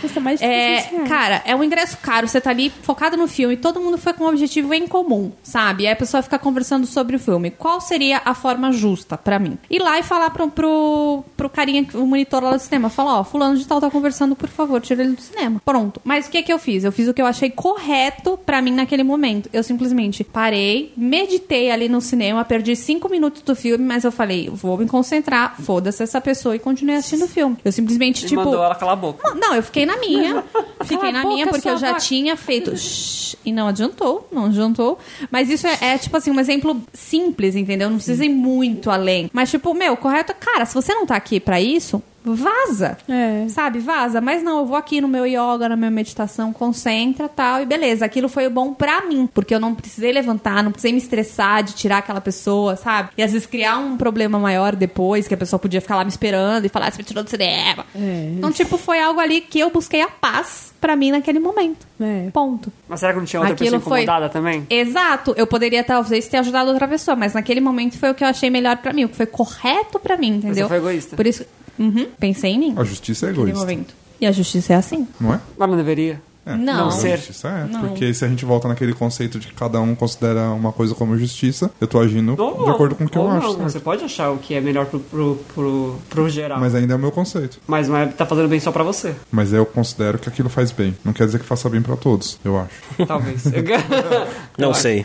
Speaker 4: Custa mais de
Speaker 5: É,
Speaker 4: 300 reais.
Speaker 5: cara, é um ingresso caro, você tá ali focado no filme, todo mundo foi com um objetivo em comum, sabe? E aí a pessoa fica conversando sobre o filme. Qual seria a forma justa pra mim? E ir lá e falar pro, pro, pro carinha, o monitor lá do cinema, falar, ó, fulano de tal tá conversando, por favor, tira ele do cinema. Pronto. Mas o que que eu fiz? Eu fiz o que eu achei correto pra mim naquele momento. Eu simplesmente parei, meditei ali no cinema, perdi cinco minutos do filme, mas eu falei, vou me concentrar, foda-se essa pessoa e continuei assistindo o filme. Eu simplesmente,
Speaker 3: Ele
Speaker 5: tipo...
Speaker 3: mandou ela calar a boca.
Speaker 5: Não, Não, eu fiquei na minha. Fiquei
Speaker 4: Cala a
Speaker 5: na minha
Speaker 4: boca,
Speaker 5: porque eu
Speaker 4: sua
Speaker 5: já
Speaker 4: vaca.
Speaker 5: tinha feito. shh, E não adiantou, não adiantou. Mas isso é, é, tipo assim, um exemplo simples, entendeu? Não precisa ir muito além. Mas, tipo, meu, correto, cara, se você não tá aqui pra isso. Vaza,
Speaker 4: É.
Speaker 5: sabe? Vaza, mas não, eu vou aqui no meu yoga, na minha meditação, concentra tal, e beleza. Aquilo foi o bom pra mim, porque eu não precisei levantar, não precisei me estressar de tirar aquela pessoa, sabe? E às vezes criar um problema maior depois, que a pessoa podia ficar lá me esperando e falar, "Ah, você me tirou do cinema.
Speaker 4: É.
Speaker 5: Então, tipo, foi algo ali que eu busquei a paz pra mim naquele momento.
Speaker 4: É.
Speaker 5: Ponto.
Speaker 3: Mas será que não tinha outra
Speaker 5: Aquilo
Speaker 3: pessoa
Speaker 5: foi-
Speaker 3: incomodada também?
Speaker 5: Exato. Eu poderia talvez ter ajudado outra pessoa, mas naquele momento foi o que eu achei melhor pra mim, o que foi correto pra mim, entendeu?
Speaker 3: Você foi egoísta.
Speaker 5: Por isso, Uhum. pensei em mim.
Speaker 6: A justiça é
Speaker 5: naquele
Speaker 6: egoísta,
Speaker 5: momento. E a justiça é assim.
Speaker 6: não é?
Speaker 3: Mas não deveria.
Speaker 6: É,
Speaker 5: Não.
Speaker 6: a
Speaker 3: Ser.
Speaker 6: justiça é,
Speaker 5: Não.
Speaker 6: porque se a gente volta naquele conceito de que cada um considera uma coisa como justiça, eu tô agindo
Speaker 3: Ou
Speaker 6: de
Speaker 3: não,
Speaker 6: acordo com o que
Speaker 3: ou
Speaker 6: eu acho.
Speaker 3: não,
Speaker 6: certo?
Speaker 3: Você pode achar o que é melhor pro, pro, pro, pro geral. Mas...
Speaker 6: Mas ainda é o meu conceito.
Speaker 3: não é tá fazendo bem só pra você,
Speaker 6: Mas eu considero que aquilo faz bem. Não quer dizer que faça bem pra todos, eu acho.
Speaker 3: talvez.
Speaker 1: Não sei.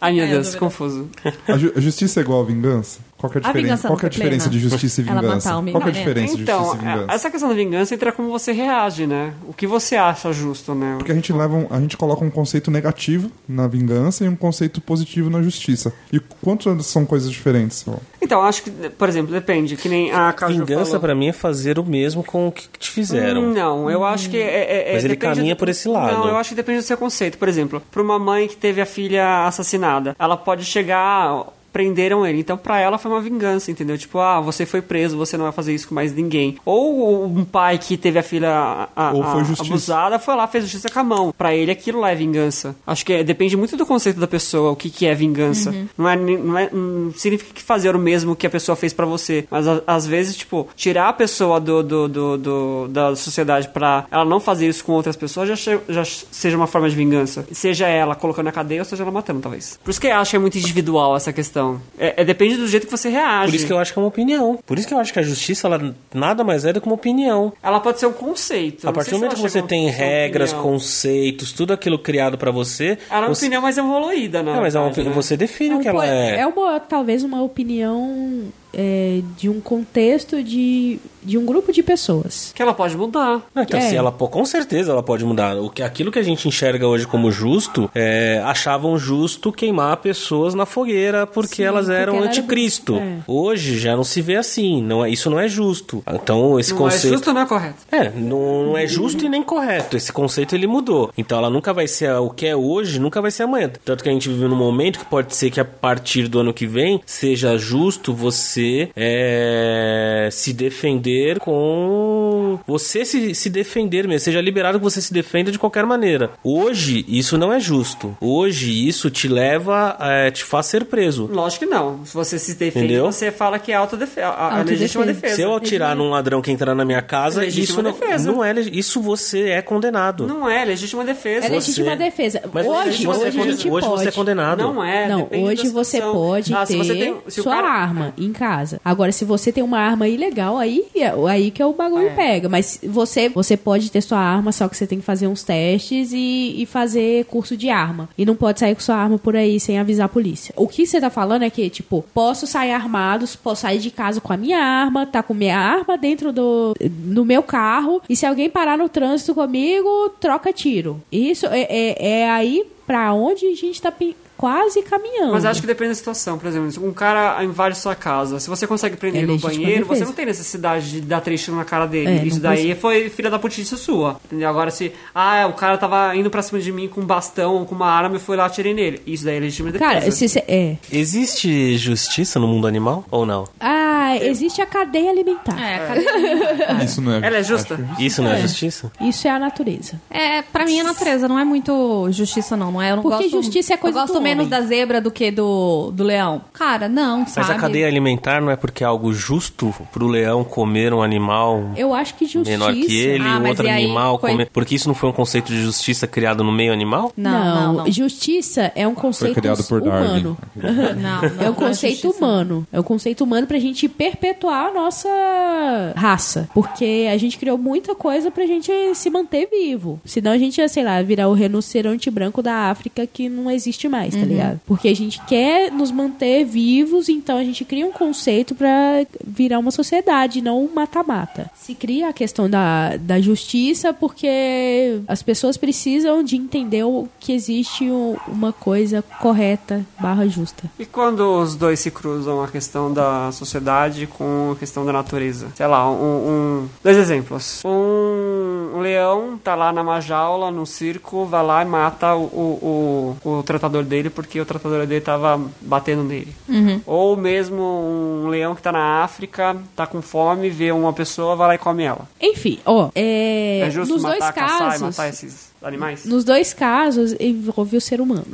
Speaker 3: Ai, meu
Speaker 5: É,
Speaker 3: Deus,
Speaker 5: dúvida.
Speaker 3: confuso.
Speaker 6: A, ju- a justiça é igual a vingança? Qual que é a
Speaker 5: A
Speaker 6: diferença,
Speaker 5: vingança
Speaker 6: Qual que é a
Speaker 5: nunca é plena.
Speaker 6: diferença de justiça e
Speaker 5: Ela
Speaker 6: vingança?
Speaker 5: matar o menino.
Speaker 6: Qual que é a
Speaker 5: É.
Speaker 6: diferença de
Speaker 3: Então,
Speaker 6: justiça e vingança?
Speaker 3: a- essa questão da vingança entra como você reage, né? O que você acha justo, né?
Speaker 6: Porque a gente leva um- a gente coloca um conceito negativo na vingança e um conceito positivo na justiça. E quantas são coisas diferentes? Ó,
Speaker 3: Então, acho que, por exemplo, depende. Que nem a Caju
Speaker 1: Vingança
Speaker 3: falou.
Speaker 1: pra mim é fazer o mesmo com o que te
Speaker 3: Hum,
Speaker 1: fizeram.
Speaker 3: Não, eu acho que é, é- é-
Speaker 1: Mas ele
Speaker 3: depende
Speaker 1: caminha
Speaker 3: do-
Speaker 1: por esse lado.
Speaker 3: Não, eu acho que depende do seu conceito. Por exemplo, para uma mãe que teve a filha assassinada, ela pode chegar prenderam ele. Então pra ela foi uma vingança, entendeu? Tipo, ah, você foi preso, você não vai fazer isso com mais ninguém. Ou um pai que teve a filha a- a-
Speaker 6: Ou foi
Speaker 3: a-
Speaker 6: justiça.
Speaker 3: abusada, foi lá, fez justiça com a mão. Pra ele aquilo lá é vingança. Acho que é- depende muito do conceito da pessoa, o que que é vingança. Não é, nem- não é- não significa que fazer o mesmo que a pessoa fez pra você, mas a- às vezes, tipo, tirar a pessoa do, do, do- do- da sociedade pra ela não fazer isso com outras pessoas já, che- já seja uma forma de vingança. Seja ela colocando na cadeia ou seja ela matando, talvez. Por isso que eu acho que é muito individual essa questão. É, é- depende do jeito que você reage.
Speaker 1: Por isso que eu acho que é uma opinião. Por isso que eu acho que a justiça ela nada mais é do que uma opinião.
Speaker 3: Ela pode ser um conceito.
Speaker 1: a partir do momento que você tem regras, conceitos, tudo aquilo criado pra você,
Speaker 3: Ela é uma
Speaker 1: você...
Speaker 3: opinião mais evoluída, né?
Speaker 1: É, mas é uma
Speaker 3: verdade,
Speaker 1: opini-
Speaker 3: né?
Speaker 1: você define
Speaker 4: É um
Speaker 1: o que ela
Speaker 4: po-
Speaker 1: é.
Speaker 4: é uma, talvez uma opinião é, de um contexto de, de um grupo de pessoas.
Speaker 3: Que ela pode mudar.
Speaker 1: Não, então,
Speaker 4: É.
Speaker 1: assim, ela, po- com certeza ela pode mudar. O que, aquilo que a gente enxerga hoje como justo, é, achavam justo queimar pessoas na fogueira porque
Speaker 4: Sim,
Speaker 1: elas
Speaker 4: porque
Speaker 1: eram
Speaker 4: ela era
Speaker 1: anticristo.
Speaker 4: bem- é.
Speaker 1: Hoje já não se vê assim. Não é, isso não é justo. Então esse
Speaker 3: Não é
Speaker 1: conceito.
Speaker 3: justo, não é correto.
Speaker 1: É, não, não é justo e nem correto. Esse conceito ele mudou. Então ela nunca vai ser o que é hoje, nunca vai ser amanhã. Tanto que a gente vive num momento que pode ser que a partir do ano que vem seja justo você é, se defender com. Você se, se defender mesmo. Seja liberado que você se defenda de qualquer maneira. Hoje isso não é justo. Hoje isso te leva, é, te faz ser preso.
Speaker 3: Lógico que não. Se você se defende,
Speaker 1: Entendeu?
Speaker 3: você fala que é autodefesa. A, a
Speaker 4: Autodefesa.
Speaker 3: legítima defesa.
Speaker 1: Se eu atirar num ladrão que entrar na minha casa,
Speaker 3: Legítima
Speaker 1: isso não,
Speaker 3: defesa.
Speaker 1: não é. legi- Isso você é condenado.
Speaker 3: Não é legítima defesa.
Speaker 4: É legítima defesa.
Speaker 1: Mas
Speaker 4: hoje,
Speaker 1: hoje, você,
Speaker 4: hoje
Speaker 1: é,
Speaker 4: a
Speaker 1: conde-
Speaker 4: gente
Speaker 1: hoje
Speaker 4: pode.
Speaker 1: você é condenado.
Speaker 3: Não é.
Speaker 4: Não,
Speaker 3: depende
Speaker 4: hoje
Speaker 3: da
Speaker 4: você
Speaker 3: situação.
Speaker 4: pode
Speaker 3: Ah,
Speaker 4: ter
Speaker 3: se você tem, se o
Speaker 4: sua
Speaker 3: cara-
Speaker 4: arma em casa. Agora, se você tem uma arma ilegal, aí, aí que é o bagulho pega. Mas você, você pode ter sua arma, só que você tem que fazer uns testes e, e fazer curso de arma. E não pode sair com sua arma por aí sem avisar a polícia. O que você tá falando é que, tipo, posso sair armado, posso sair de casa com a minha arma, tá com minha arma dentro do no meu carro. E se alguém parar no trânsito comigo, troca tiro. Isso é, é, é aí pra onde a gente tá pi- quase caminhando.
Speaker 3: Mas acho que depende da situação. Por exemplo, se um cara invade sua casa. Se você consegue prender
Speaker 4: É
Speaker 3: no
Speaker 4: legítima
Speaker 3: banheiro, você
Speaker 4: defesa.
Speaker 3: não tem necessidade de dar três tiros na cara dele.
Speaker 4: É,
Speaker 3: Isso
Speaker 4: não
Speaker 3: daí foi filha da putice sua. Entendeu? Agora, se. Ah, o cara tava indo pra cima de mim com um bastão ou com uma arma e foi lá atirei nele. Isso daí é legítima defesa.
Speaker 4: Cara, se você. É.
Speaker 1: Existe justiça no mundo animal ou não?
Speaker 4: Ah, Ah, existe a cadeia alimentar.
Speaker 5: É, cadê?
Speaker 6: Isso não é
Speaker 3: Ela é justa?
Speaker 6: acho justo.
Speaker 1: Isso não é, justiça?
Speaker 4: Isso é a natureza.
Speaker 5: É, pra mim é natureza, não é muito justiça, não. não é, eu não
Speaker 4: Porque
Speaker 5: gosto-
Speaker 4: justiça é coisa
Speaker 5: Eu gosto
Speaker 4: do
Speaker 5: menos
Speaker 4: homem.
Speaker 5: da zebra do que do, do leão. Cara, não, sabe?
Speaker 1: Mas a cadeia alimentar não é porque é algo justo pro leão comer um animal
Speaker 4: Eu acho que justiça.
Speaker 1: menor que ele,
Speaker 5: Ah,
Speaker 1: um
Speaker 5: mas
Speaker 1: outro
Speaker 5: e aí,
Speaker 1: animal
Speaker 5: coi-
Speaker 1: comer. Porque isso não foi um conceito de justiça criado no meio animal?
Speaker 5: Não, não, não.
Speaker 4: Justiça é um
Speaker 6: Foi
Speaker 4: conceito
Speaker 6: criado por Darwin.
Speaker 4: humano.
Speaker 5: Não, não,
Speaker 4: É um
Speaker 5: não
Speaker 4: conceito
Speaker 5: justiça, não.
Speaker 4: humano. É um conceito humano pra gente perpetuar a nossa raça. Porque a gente criou muita coisa pra gente se manter vivo. Senão a gente ia, sei lá, virar o rinoceronte branco da África que não existe mais, tá ligado? Porque a gente quer nos manter vivos, então a gente cria um conceito pra virar uma sociedade, não um mata-mata. Se cria a questão da, da justiça porque as pessoas precisam de entender o- que existe um- uma coisa correta barra justa.
Speaker 3: E quando os dois se cruzam, a questão da sociedade com a questão da natureza? Sei lá, um. um- dois exemplos. Um, um leão tá lá na majaula, no circo, vai lá e mata o, o, o, o tratador dele porque o tratador dele tava batendo nele.
Speaker 4: Uhum.
Speaker 3: Ou mesmo um leão que tá na África, tá com fome, vê uma pessoa, vai lá e come ela.
Speaker 4: Enfim, ó, é,
Speaker 3: É, justo
Speaker 4: nos
Speaker 3: matar,
Speaker 4: dois
Speaker 3: caçar
Speaker 4: casos,
Speaker 3: e matar esses animais?
Speaker 4: nos dois casos envolve o ser humano.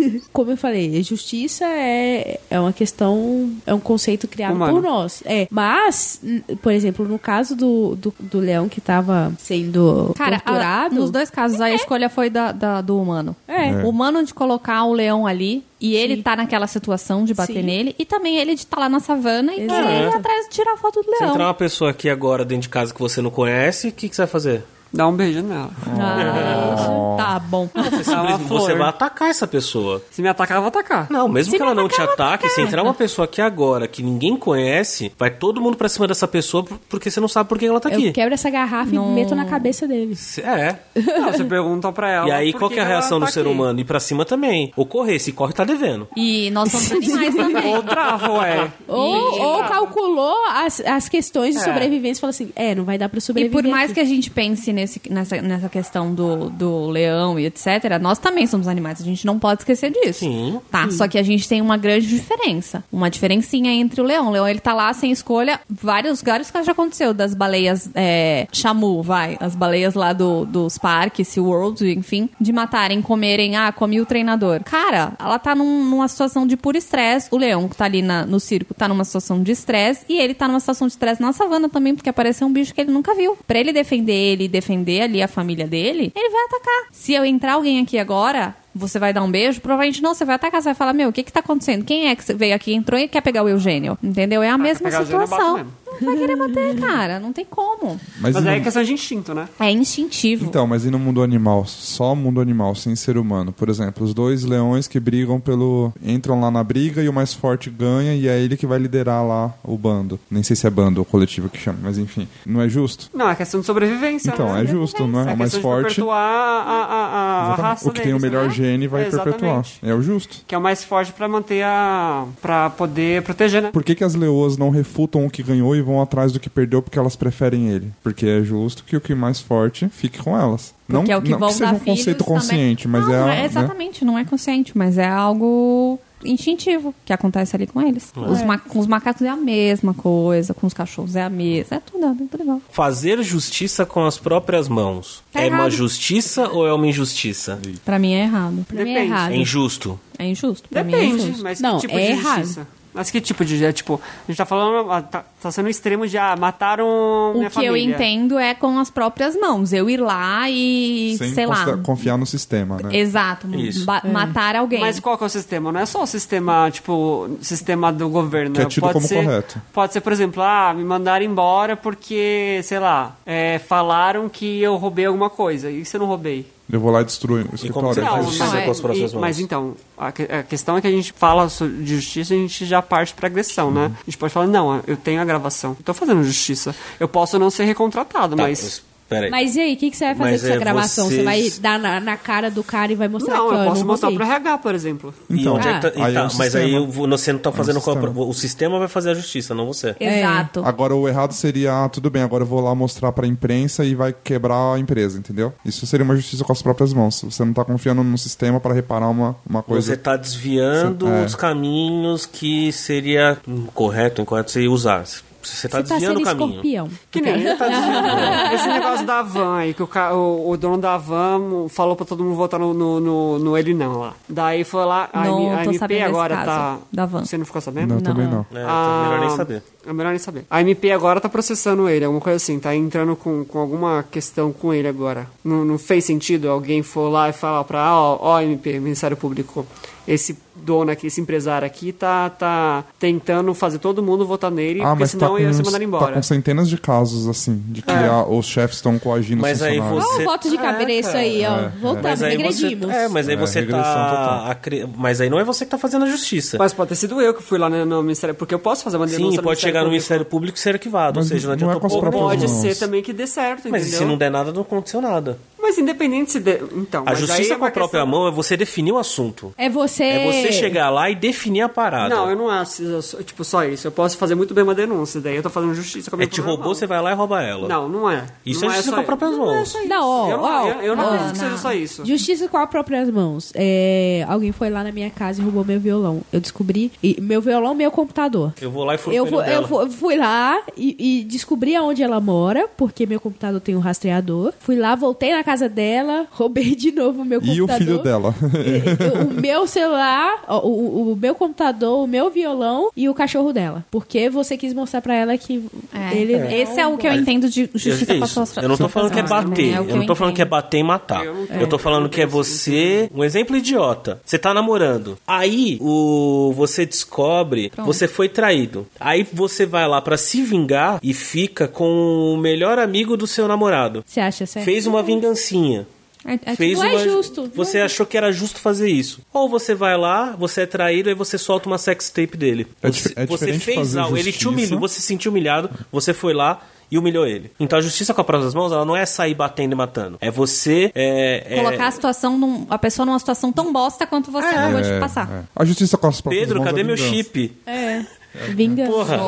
Speaker 4: Como eu falei, a justiça é, é uma questão, é um conceito criado
Speaker 3: Humano.
Speaker 4: por nós. É, mas, n- por exemplo, no caso do, do, do leão que tava sendo
Speaker 5: Cara, a-
Speaker 4: torturado,
Speaker 5: nos dois casos a escolha foi da, da- do humano.
Speaker 4: É.
Speaker 5: O humano de colocar o leão ali e ele tá naquela situação de bater
Speaker 4: Sim.
Speaker 5: nele e também ele de estar lá na savana e
Speaker 4: Exato.
Speaker 5: querer ir atrás de tirar a foto do
Speaker 1: Se entrar
Speaker 5: leão.
Speaker 1: uma pessoa aqui agora dentro de casa que você não conhece, o que, que você vai fazer?
Speaker 3: Dá um beijo nela.
Speaker 5: Ah,
Speaker 1: É.
Speaker 5: tá bom.
Speaker 1: Você,
Speaker 3: Dá uma
Speaker 1: simplesmente- você
Speaker 3: flor.
Speaker 1: vai atacar essa pessoa.
Speaker 3: Se me atacar, eu vou atacar.
Speaker 1: Não, mesmo
Speaker 5: Se
Speaker 1: que
Speaker 5: me
Speaker 1: ela não te
Speaker 5: atacar, eu vou
Speaker 1: ataque, se
Speaker 5: atacar.
Speaker 1: entrar uma pessoa aqui agora que ninguém conhece, vai todo mundo pra cima dessa pessoa por- porque você não sabe por que ela tá
Speaker 4: eu
Speaker 1: aqui.
Speaker 4: quebro essa garrafa e meto na cabeça dele.
Speaker 1: Se- É.
Speaker 3: Não, você pergunta pra ela.
Speaker 1: E aí,
Speaker 3: por
Speaker 1: qual que é a
Speaker 3: ela
Speaker 1: reação
Speaker 3: tá
Speaker 1: do ser
Speaker 3: aqui.
Speaker 1: humano? Ir pra cima também. Ou correr, se corre, tá devendo.
Speaker 5: E nós somos animais também.
Speaker 3: Ou trava, ué.
Speaker 4: Ou,
Speaker 5: E-
Speaker 4: ou calculou as, as questões
Speaker 3: É.
Speaker 4: de sobrevivência e falou assim: é, não vai dar pra
Speaker 5: E
Speaker 4: sobreviver.
Speaker 5: por mais
Speaker 4: aqui.
Speaker 5: que a gente pense nesse, nessa, nessa questão do, do leão e etc., nós também somos animais, a gente não pode esquecer disso.
Speaker 1: Sim.
Speaker 5: Tá, só que a gente tem uma grande diferença. Uma diferencinha entre o leão. O leão, ele tá lá sem escolha. Vários, vários casos já aconteceu das baleias é, chamu, vai. As baleias lá do, dos parques, SeaWorld, enfim. De matarem, comerem. Ah, comi o treinador. Cara, ela tá num- numa situação de puro estresse. O leão que tá ali na- no circo tá numa situação de estresse. E ele tá numa situação de estresse na savana também, porque apareceu um bicho que ele nunca viu. Pra ele defender ele e defender ali a família dele, ele vai atacar. Se eu entrar alguém aqui agora... Você vai dar um beijo? Provavelmente não, você vai atacar, você vai falar, meu, o que que tá acontecendo? Quem é que veio aqui, entrou e quer pegar o Eugênio? Entendeu? É a mesma
Speaker 3: Ah, pegar o Eugênio, eu bato
Speaker 5: situação.
Speaker 3: mesmo.
Speaker 5: Não vai querer bater, cara. Não tem como.
Speaker 6: Mas,
Speaker 3: Mas
Speaker 6: e
Speaker 3: aí é
Speaker 6: no-
Speaker 3: questão de instinto, né?
Speaker 5: É instintivo.
Speaker 6: Então, mas e no mundo animal? Só mundo animal, sem ser humano. Por exemplo, os dois leões que brigam pelo. entram lá na briga e o mais forte ganha e é ele que vai liderar lá o bando. Nem sei se é bando ou coletivo que chama, mas enfim. Não é justo?
Speaker 3: Não, é questão de sobrevivência.
Speaker 6: Então,
Speaker 3: né?
Speaker 6: é justo, não é?
Speaker 3: É
Speaker 6: O mais
Speaker 3: questão de
Speaker 6: forte.
Speaker 3: perpetuar a, a, a, a
Speaker 6: Exatamente.
Speaker 3: raça
Speaker 6: o que tem o
Speaker 3: deles,
Speaker 6: melhor
Speaker 3: né?
Speaker 6: gene vai
Speaker 3: É, exatamente.
Speaker 6: perpetuar. É o justo.
Speaker 3: Que é o mais forte pra manter a. pra poder proteger, né?
Speaker 6: Por que, que as leoas não refutam o que ganhou e vão atrás do que perdeu porque elas preferem ele? Porque é justo que o que mais forte fique com elas. não
Speaker 5: Porque é o que
Speaker 6: não
Speaker 5: vão
Speaker 6: que seja
Speaker 5: dar
Speaker 6: um
Speaker 5: filhos
Speaker 6: conceito consciente,
Speaker 5: também.
Speaker 6: mas
Speaker 5: não,
Speaker 6: é.
Speaker 5: não
Speaker 6: a- né?
Speaker 5: exatamente, não é consciente, mas é algo instintivo que acontece ali com eles.
Speaker 3: É.
Speaker 5: Os ma- com os macacos é a mesma coisa, com os cachorros é a mesma, é tudo, é tudo igual.
Speaker 1: Fazer justiça com as próprias mãos.
Speaker 5: Tá
Speaker 1: é uma
Speaker 5: errado.
Speaker 1: justiça ou é uma injustiça?
Speaker 5: Pra mim é errado. Pra mim é
Speaker 3: Depende.
Speaker 5: errado.
Speaker 1: É injusto.
Speaker 5: É injusto. Pra mim é
Speaker 3: Depende,
Speaker 5: injusto.
Speaker 3: mas
Speaker 4: Não,
Speaker 3: que tipo
Speaker 4: é
Speaker 3: de
Speaker 4: errado.
Speaker 3: justiça? Mas que tipo de. É, tipo, a gente tá falando. ah, Tá, tá sendo um extremo de. Ah, mataram
Speaker 5: O
Speaker 3: minha
Speaker 5: que
Speaker 3: família.
Speaker 5: eu entendo é com as próprias mãos. Eu ir lá e,
Speaker 6: Sem
Speaker 5: sei lá.
Speaker 6: considerar- confiar no sistema, né?
Speaker 5: Exato,
Speaker 1: Isso.
Speaker 5: ba- matar alguém.
Speaker 3: É. Mas qual que é o sistema? Não é só o sistema, tipo, sistema do governo.
Speaker 6: Que é
Speaker 3: né?
Speaker 6: tido como correto.
Speaker 3: Pode ser, por exemplo, ah, me mandaram embora porque, sei lá, é, falaram que eu roubei alguma coisa. E se eu não roubei?
Speaker 6: Eu vou lá e destruo o
Speaker 1: como você
Speaker 6: escritório.
Speaker 1: faz
Speaker 3: Não,
Speaker 1: justiça
Speaker 3: não, é.
Speaker 1: com as próprias
Speaker 3: e-
Speaker 1: mãos?
Speaker 3: Mas então, a, que- a questão é que a gente fala so- de justiça e a gente já parte pra agressão, né? A gente pode falar, não, eu tenho a gravação, eu tô fazendo justiça. Eu posso não ser recontratado,
Speaker 1: Tá,
Speaker 3: mas...
Speaker 1: Peraí.
Speaker 4: Mas e aí, o que, que você vai fazer
Speaker 1: Mas
Speaker 4: com essa
Speaker 1: é
Speaker 4: gravação? Você
Speaker 1: vocês-
Speaker 4: vai dar na, na cara do cara e vai mostrar
Speaker 3: Não,
Speaker 4: que ó,
Speaker 3: eu posso mostrar
Speaker 4: roubei?
Speaker 3: pro RH, por exemplo.
Speaker 1: E
Speaker 6: Então,
Speaker 1: onde é que tá-
Speaker 6: aí é
Speaker 1: então,
Speaker 6: um
Speaker 1: mas
Speaker 6: sistema. É um
Speaker 1: aí o- você não tá fazendo com a
Speaker 6: sistema.
Speaker 1: pro- O sistema vai fazer a justiça, não você.
Speaker 5: Exato.
Speaker 6: Agora o errado seria, ah, tudo bem, agora eu vou lá mostrar pra imprensa e vai quebrar a empresa, entendeu? Isso seria uma justiça com as próprias mãos. Você não tá confiando num sistema pra reparar uma, uma coisa.
Speaker 1: Você tá desviando
Speaker 6: Você- é.
Speaker 1: os caminhos que seria hum, correto, incorreto você usar. Você tá
Speaker 4: Você tá
Speaker 1: desviando
Speaker 4: sendo
Speaker 1: o caminho.
Speaker 4: escorpião.
Speaker 3: Que nem tá dizendo. Esse negócio da van aí, que o, ca- o, o dono da van falou pra todo mundo votar no, no, no- no ele não lá. Daí foi lá, a,
Speaker 5: Não
Speaker 3: M- a
Speaker 5: tô
Speaker 3: MP
Speaker 5: sabendo
Speaker 3: agora
Speaker 5: desse
Speaker 3: tá.
Speaker 5: caso da van.
Speaker 3: Você não ficou sabendo?
Speaker 6: Não, também não.
Speaker 1: É, então, melhor nem saber.
Speaker 3: É melhor nem saber. A MP agora tá processando ele, alguma coisa assim, tá entrando com, com alguma questão com ele agora. Não, não fez sentido alguém for lá e falar pra, ah, ó, ó, MP, Ministério Público, esse dono aqui, esse empresário aqui, tá, tá tentando fazer todo mundo votar nele,
Speaker 6: Ah,
Speaker 3: porque
Speaker 6: mas tá
Speaker 3: senão
Speaker 6: com,
Speaker 3: ia ser
Speaker 6: uns-
Speaker 3: mandado
Speaker 6: tá
Speaker 3: embora.
Speaker 6: com centenas de casos, assim, de que ah, os chefes estão coagindo
Speaker 1: É. Mas
Speaker 6: os
Speaker 1: aí
Speaker 6: funcionários.
Speaker 1: você-
Speaker 4: Olha o voto de cabra, é isso aí, ó.
Speaker 6: É, é.
Speaker 4: Voltamos,
Speaker 1: Mas aí você,
Speaker 4: regredimos.
Speaker 1: é, mas aí
Speaker 6: É,
Speaker 1: você
Speaker 6: regressão total.
Speaker 1: tá. acre- Mas aí não é você que tá fazendo a justiça.
Speaker 3: Mas pode ter sido eu que fui lá no, no Ministério, porque eu posso fazer uma denúncia
Speaker 1: Sim, pode chegar no
Speaker 3: Público.
Speaker 1: Ministério Público e ser arquivado.
Speaker 6: Mas
Speaker 1: ou seja, não
Speaker 6: não é
Speaker 1: adianta
Speaker 6: com as
Speaker 1: pouco.
Speaker 6: próprias
Speaker 3: Pode
Speaker 6: Nossa.
Speaker 3: ser também que dê certo,
Speaker 1: Mas e
Speaker 3: entendeu?
Speaker 1: se não der nada, não aconteceu nada.
Speaker 3: Mas independente se der... Então,
Speaker 1: A
Speaker 3: mas aí é
Speaker 1: justiça
Speaker 3: uma
Speaker 1: com a própria
Speaker 3: questão-
Speaker 1: mão é você definir o assunto.
Speaker 4: É você...
Speaker 1: É você chegar lá e definir a parada.
Speaker 3: Não, eu não acho, isso, eu sou- tipo, só isso. Eu posso fazer muito bem uma denúncia, daí eu tô fazendo justiça com
Speaker 1: É
Speaker 3: a minha
Speaker 1: te
Speaker 3: própria
Speaker 1: roubou,
Speaker 3: mão.
Speaker 1: você vai lá e rouba ela.
Speaker 3: Não, não é.
Speaker 1: Isso
Speaker 3: não
Speaker 1: é justiça
Speaker 3: só
Speaker 1: com as próprias
Speaker 3: Não é
Speaker 1: mãos.
Speaker 3: só isso.
Speaker 4: Não, ó,
Speaker 3: eu,
Speaker 4: ó,
Speaker 3: não, eu, eu não
Speaker 4: Ah,
Speaker 5: ó,
Speaker 3: acredito que
Speaker 5: não.
Speaker 3: seja só isso.
Speaker 4: Justiça com as próprias mãos. É, alguém foi lá na minha casa e roubou meu violão. Eu descobri. e- meu violão, meu computador.
Speaker 1: Eu vou lá e fui
Speaker 4: Eu,
Speaker 1: no
Speaker 4: fu-
Speaker 1: pneu dela.
Speaker 4: eu fu- fui lá e, e descobri aonde ela mora, porque meu computador tem um rastreador. Fui lá, voltei na casa dela, roubei de novo o meu
Speaker 6: E o
Speaker 4: computador.
Speaker 6: filho dela.
Speaker 4: E- e- o meu celular, ó, o, o- o meu computador, o meu violão e o cachorro dela. Porque você quis mostrar pra ela que
Speaker 5: É.
Speaker 4: ele. um
Speaker 5: Esse é o que eu entendo de justiça
Speaker 1: Eu-
Speaker 5: com
Speaker 1: é
Speaker 5: as
Speaker 1: isso.
Speaker 5: suas
Speaker 1: Eu não tô falando que é
Speaker 5: próprias mãos.
Speaker 1: bater.
Speaker 5: É o
Speaker 1: eu, não tô falando que é
Speaker 5: entendo.
Speaker 1: bater e matar.
Speaker 3: Eu
Speaker 1: Eu,
Speaker 3: não tenho.
Speaker 1: tô falando que é você. Um exemplo idiota. Você tá namorando. Aí o você descobre você foi traído. Aí você vai lá pra se vingar e fica com o melhor amigo do seu namorado.
Speaker 4: Você acha certo?
Speaker 1: Fez um uma vingancinha.
Speaker 5: É- é
Speaker 1: Fez
Speaker 5: tipo,
Speaker 4: não é
Speaker 1: uma...
Speaker 4: justo, não
Speaker 1: Você
Speaker 4: é
Speaker 1: achou que era justo fazer isso. Ou você vai lá, você é traído, aí você solta uma sex tape dele.
Speaker 6: É
Speaker 1: você,
Speaker 6: dif- é
Speaker 1: você
Speaker 6: diferente
Speaker 1: fez
Speaker 6: fazer
Speaker 1: algo, ele te
Speaker 6: justiça.
Speaker 1: humilhou, você se sentiu humilhado, você foi lá e humilhou ele. Então a justiça com a própria das mãos, ela não é sair batendo e matando. É você. É, é-
Speaker 5: Colocar a situação, num, a pessoa numa situação tão bosta quanto você não acabou de
Speaker 6: É,
Speaker 5: passar.
Speaker 6: é. A justiça com as próprias
Speaker 1: Pedro,
Speaker 6: mãos é
Speaker 1: cadê meu
Speaker 6: vingança.
Speaker 1: chip?
Speaker 4: Vingança.
Speaker 1: Porra.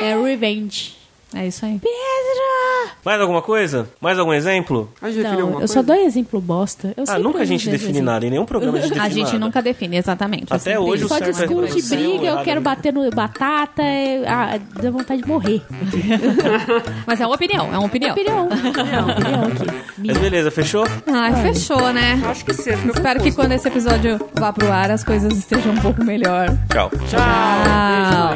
Speaker 4: É revenge.
Speaker 5: É isso aí.
Speaker 4: Pedro!
Speaker 1: Mais alguma coisa? Mais algum exemplo?
Speaker 3: A gente definiu
Speaker 4: Não,
Speaker 3: alguma
Speaker 4: eu só
Speaker 3: coisa?
Speaker 4: dou exemplo bosta. Eu
Speaker 1: Ah,
Speaker 4: sempre
Speaker 1: nunca a
Speaker 4: uso
Speaker 1: gente
Speaker 4: esse
Speaker 1: define
Speaker 4: exemplo. assim.
Speaker 1: nada. Em nenhum programa a gente define
Speaker 5: A gente
Speaker 1: nada.
Speaker 5: nunca define, exatamente. É
Speaker 1: Até
Speaker 5: sempre
Speaker 1: hoje
Speaker 5: isso.
Speaker 1: o
Speaker 4: Só
Speaker 1: certo é
Speaker 4: discute,
Speaker 1: reprodução,
Speaker 4: briga, eu
Speaker 1: errado
Speaker 4: quero
Speaker 1: é-
Speaker 4: bater no batata, é, ah, dá vontade de morrer.
Speaker 5: Mas é uma opinião, é uma opinião.
Speaker 4: Opinião. Opinião, opinião aqui.
Speaker 1: Mas
Speaker 4: Minha.
Speaker 1: beleza, fechou?
Speaker 5: Ai, fechou, né?
Speaker 3: Acho que sim. fica
Speaker 5: Espero que
Speaker 3: confuso.
Speaker 5: quando esse episódio vá pro ar as coisas estejam um pouco melhor.
Speaker 1: Tchau.
Speaker 5: Tchau.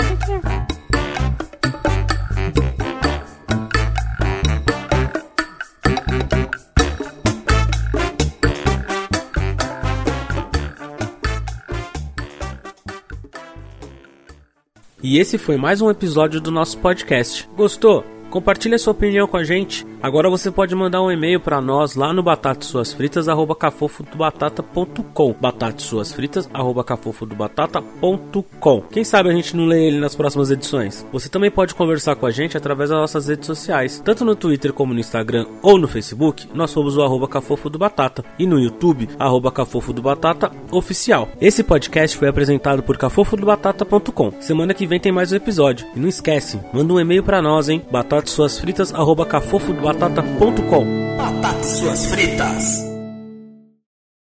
Speaker 7: E esse foi mais um episódio do nosso podcast. Gostou? Compartilhe a sua opinião com a gente. Agora você pode mandar um e-mail para nós lá no batatasuasfritas@cafofodobatata.com. batatasuasfritas@cafofodobatata.com. Quem sabe a gente não lê ele nas próximas edições. Você também pode conversar com a gente através das nossas redes sociais, tanto no Twitter como no Instagram ou no Facebook. Nós somos o arroba Cafofo do Batata e no YouTube arroba Cafofo do Batata oficial. Esse podcast foi apresentado por cafofodobatata.com. Semana que vem tem mais um episódio. E não esquece, manda um e-mail pra nós, hein? batata suas fritas arroba cafofodobatata.com.
Speaker 8: Batatas suas fritas.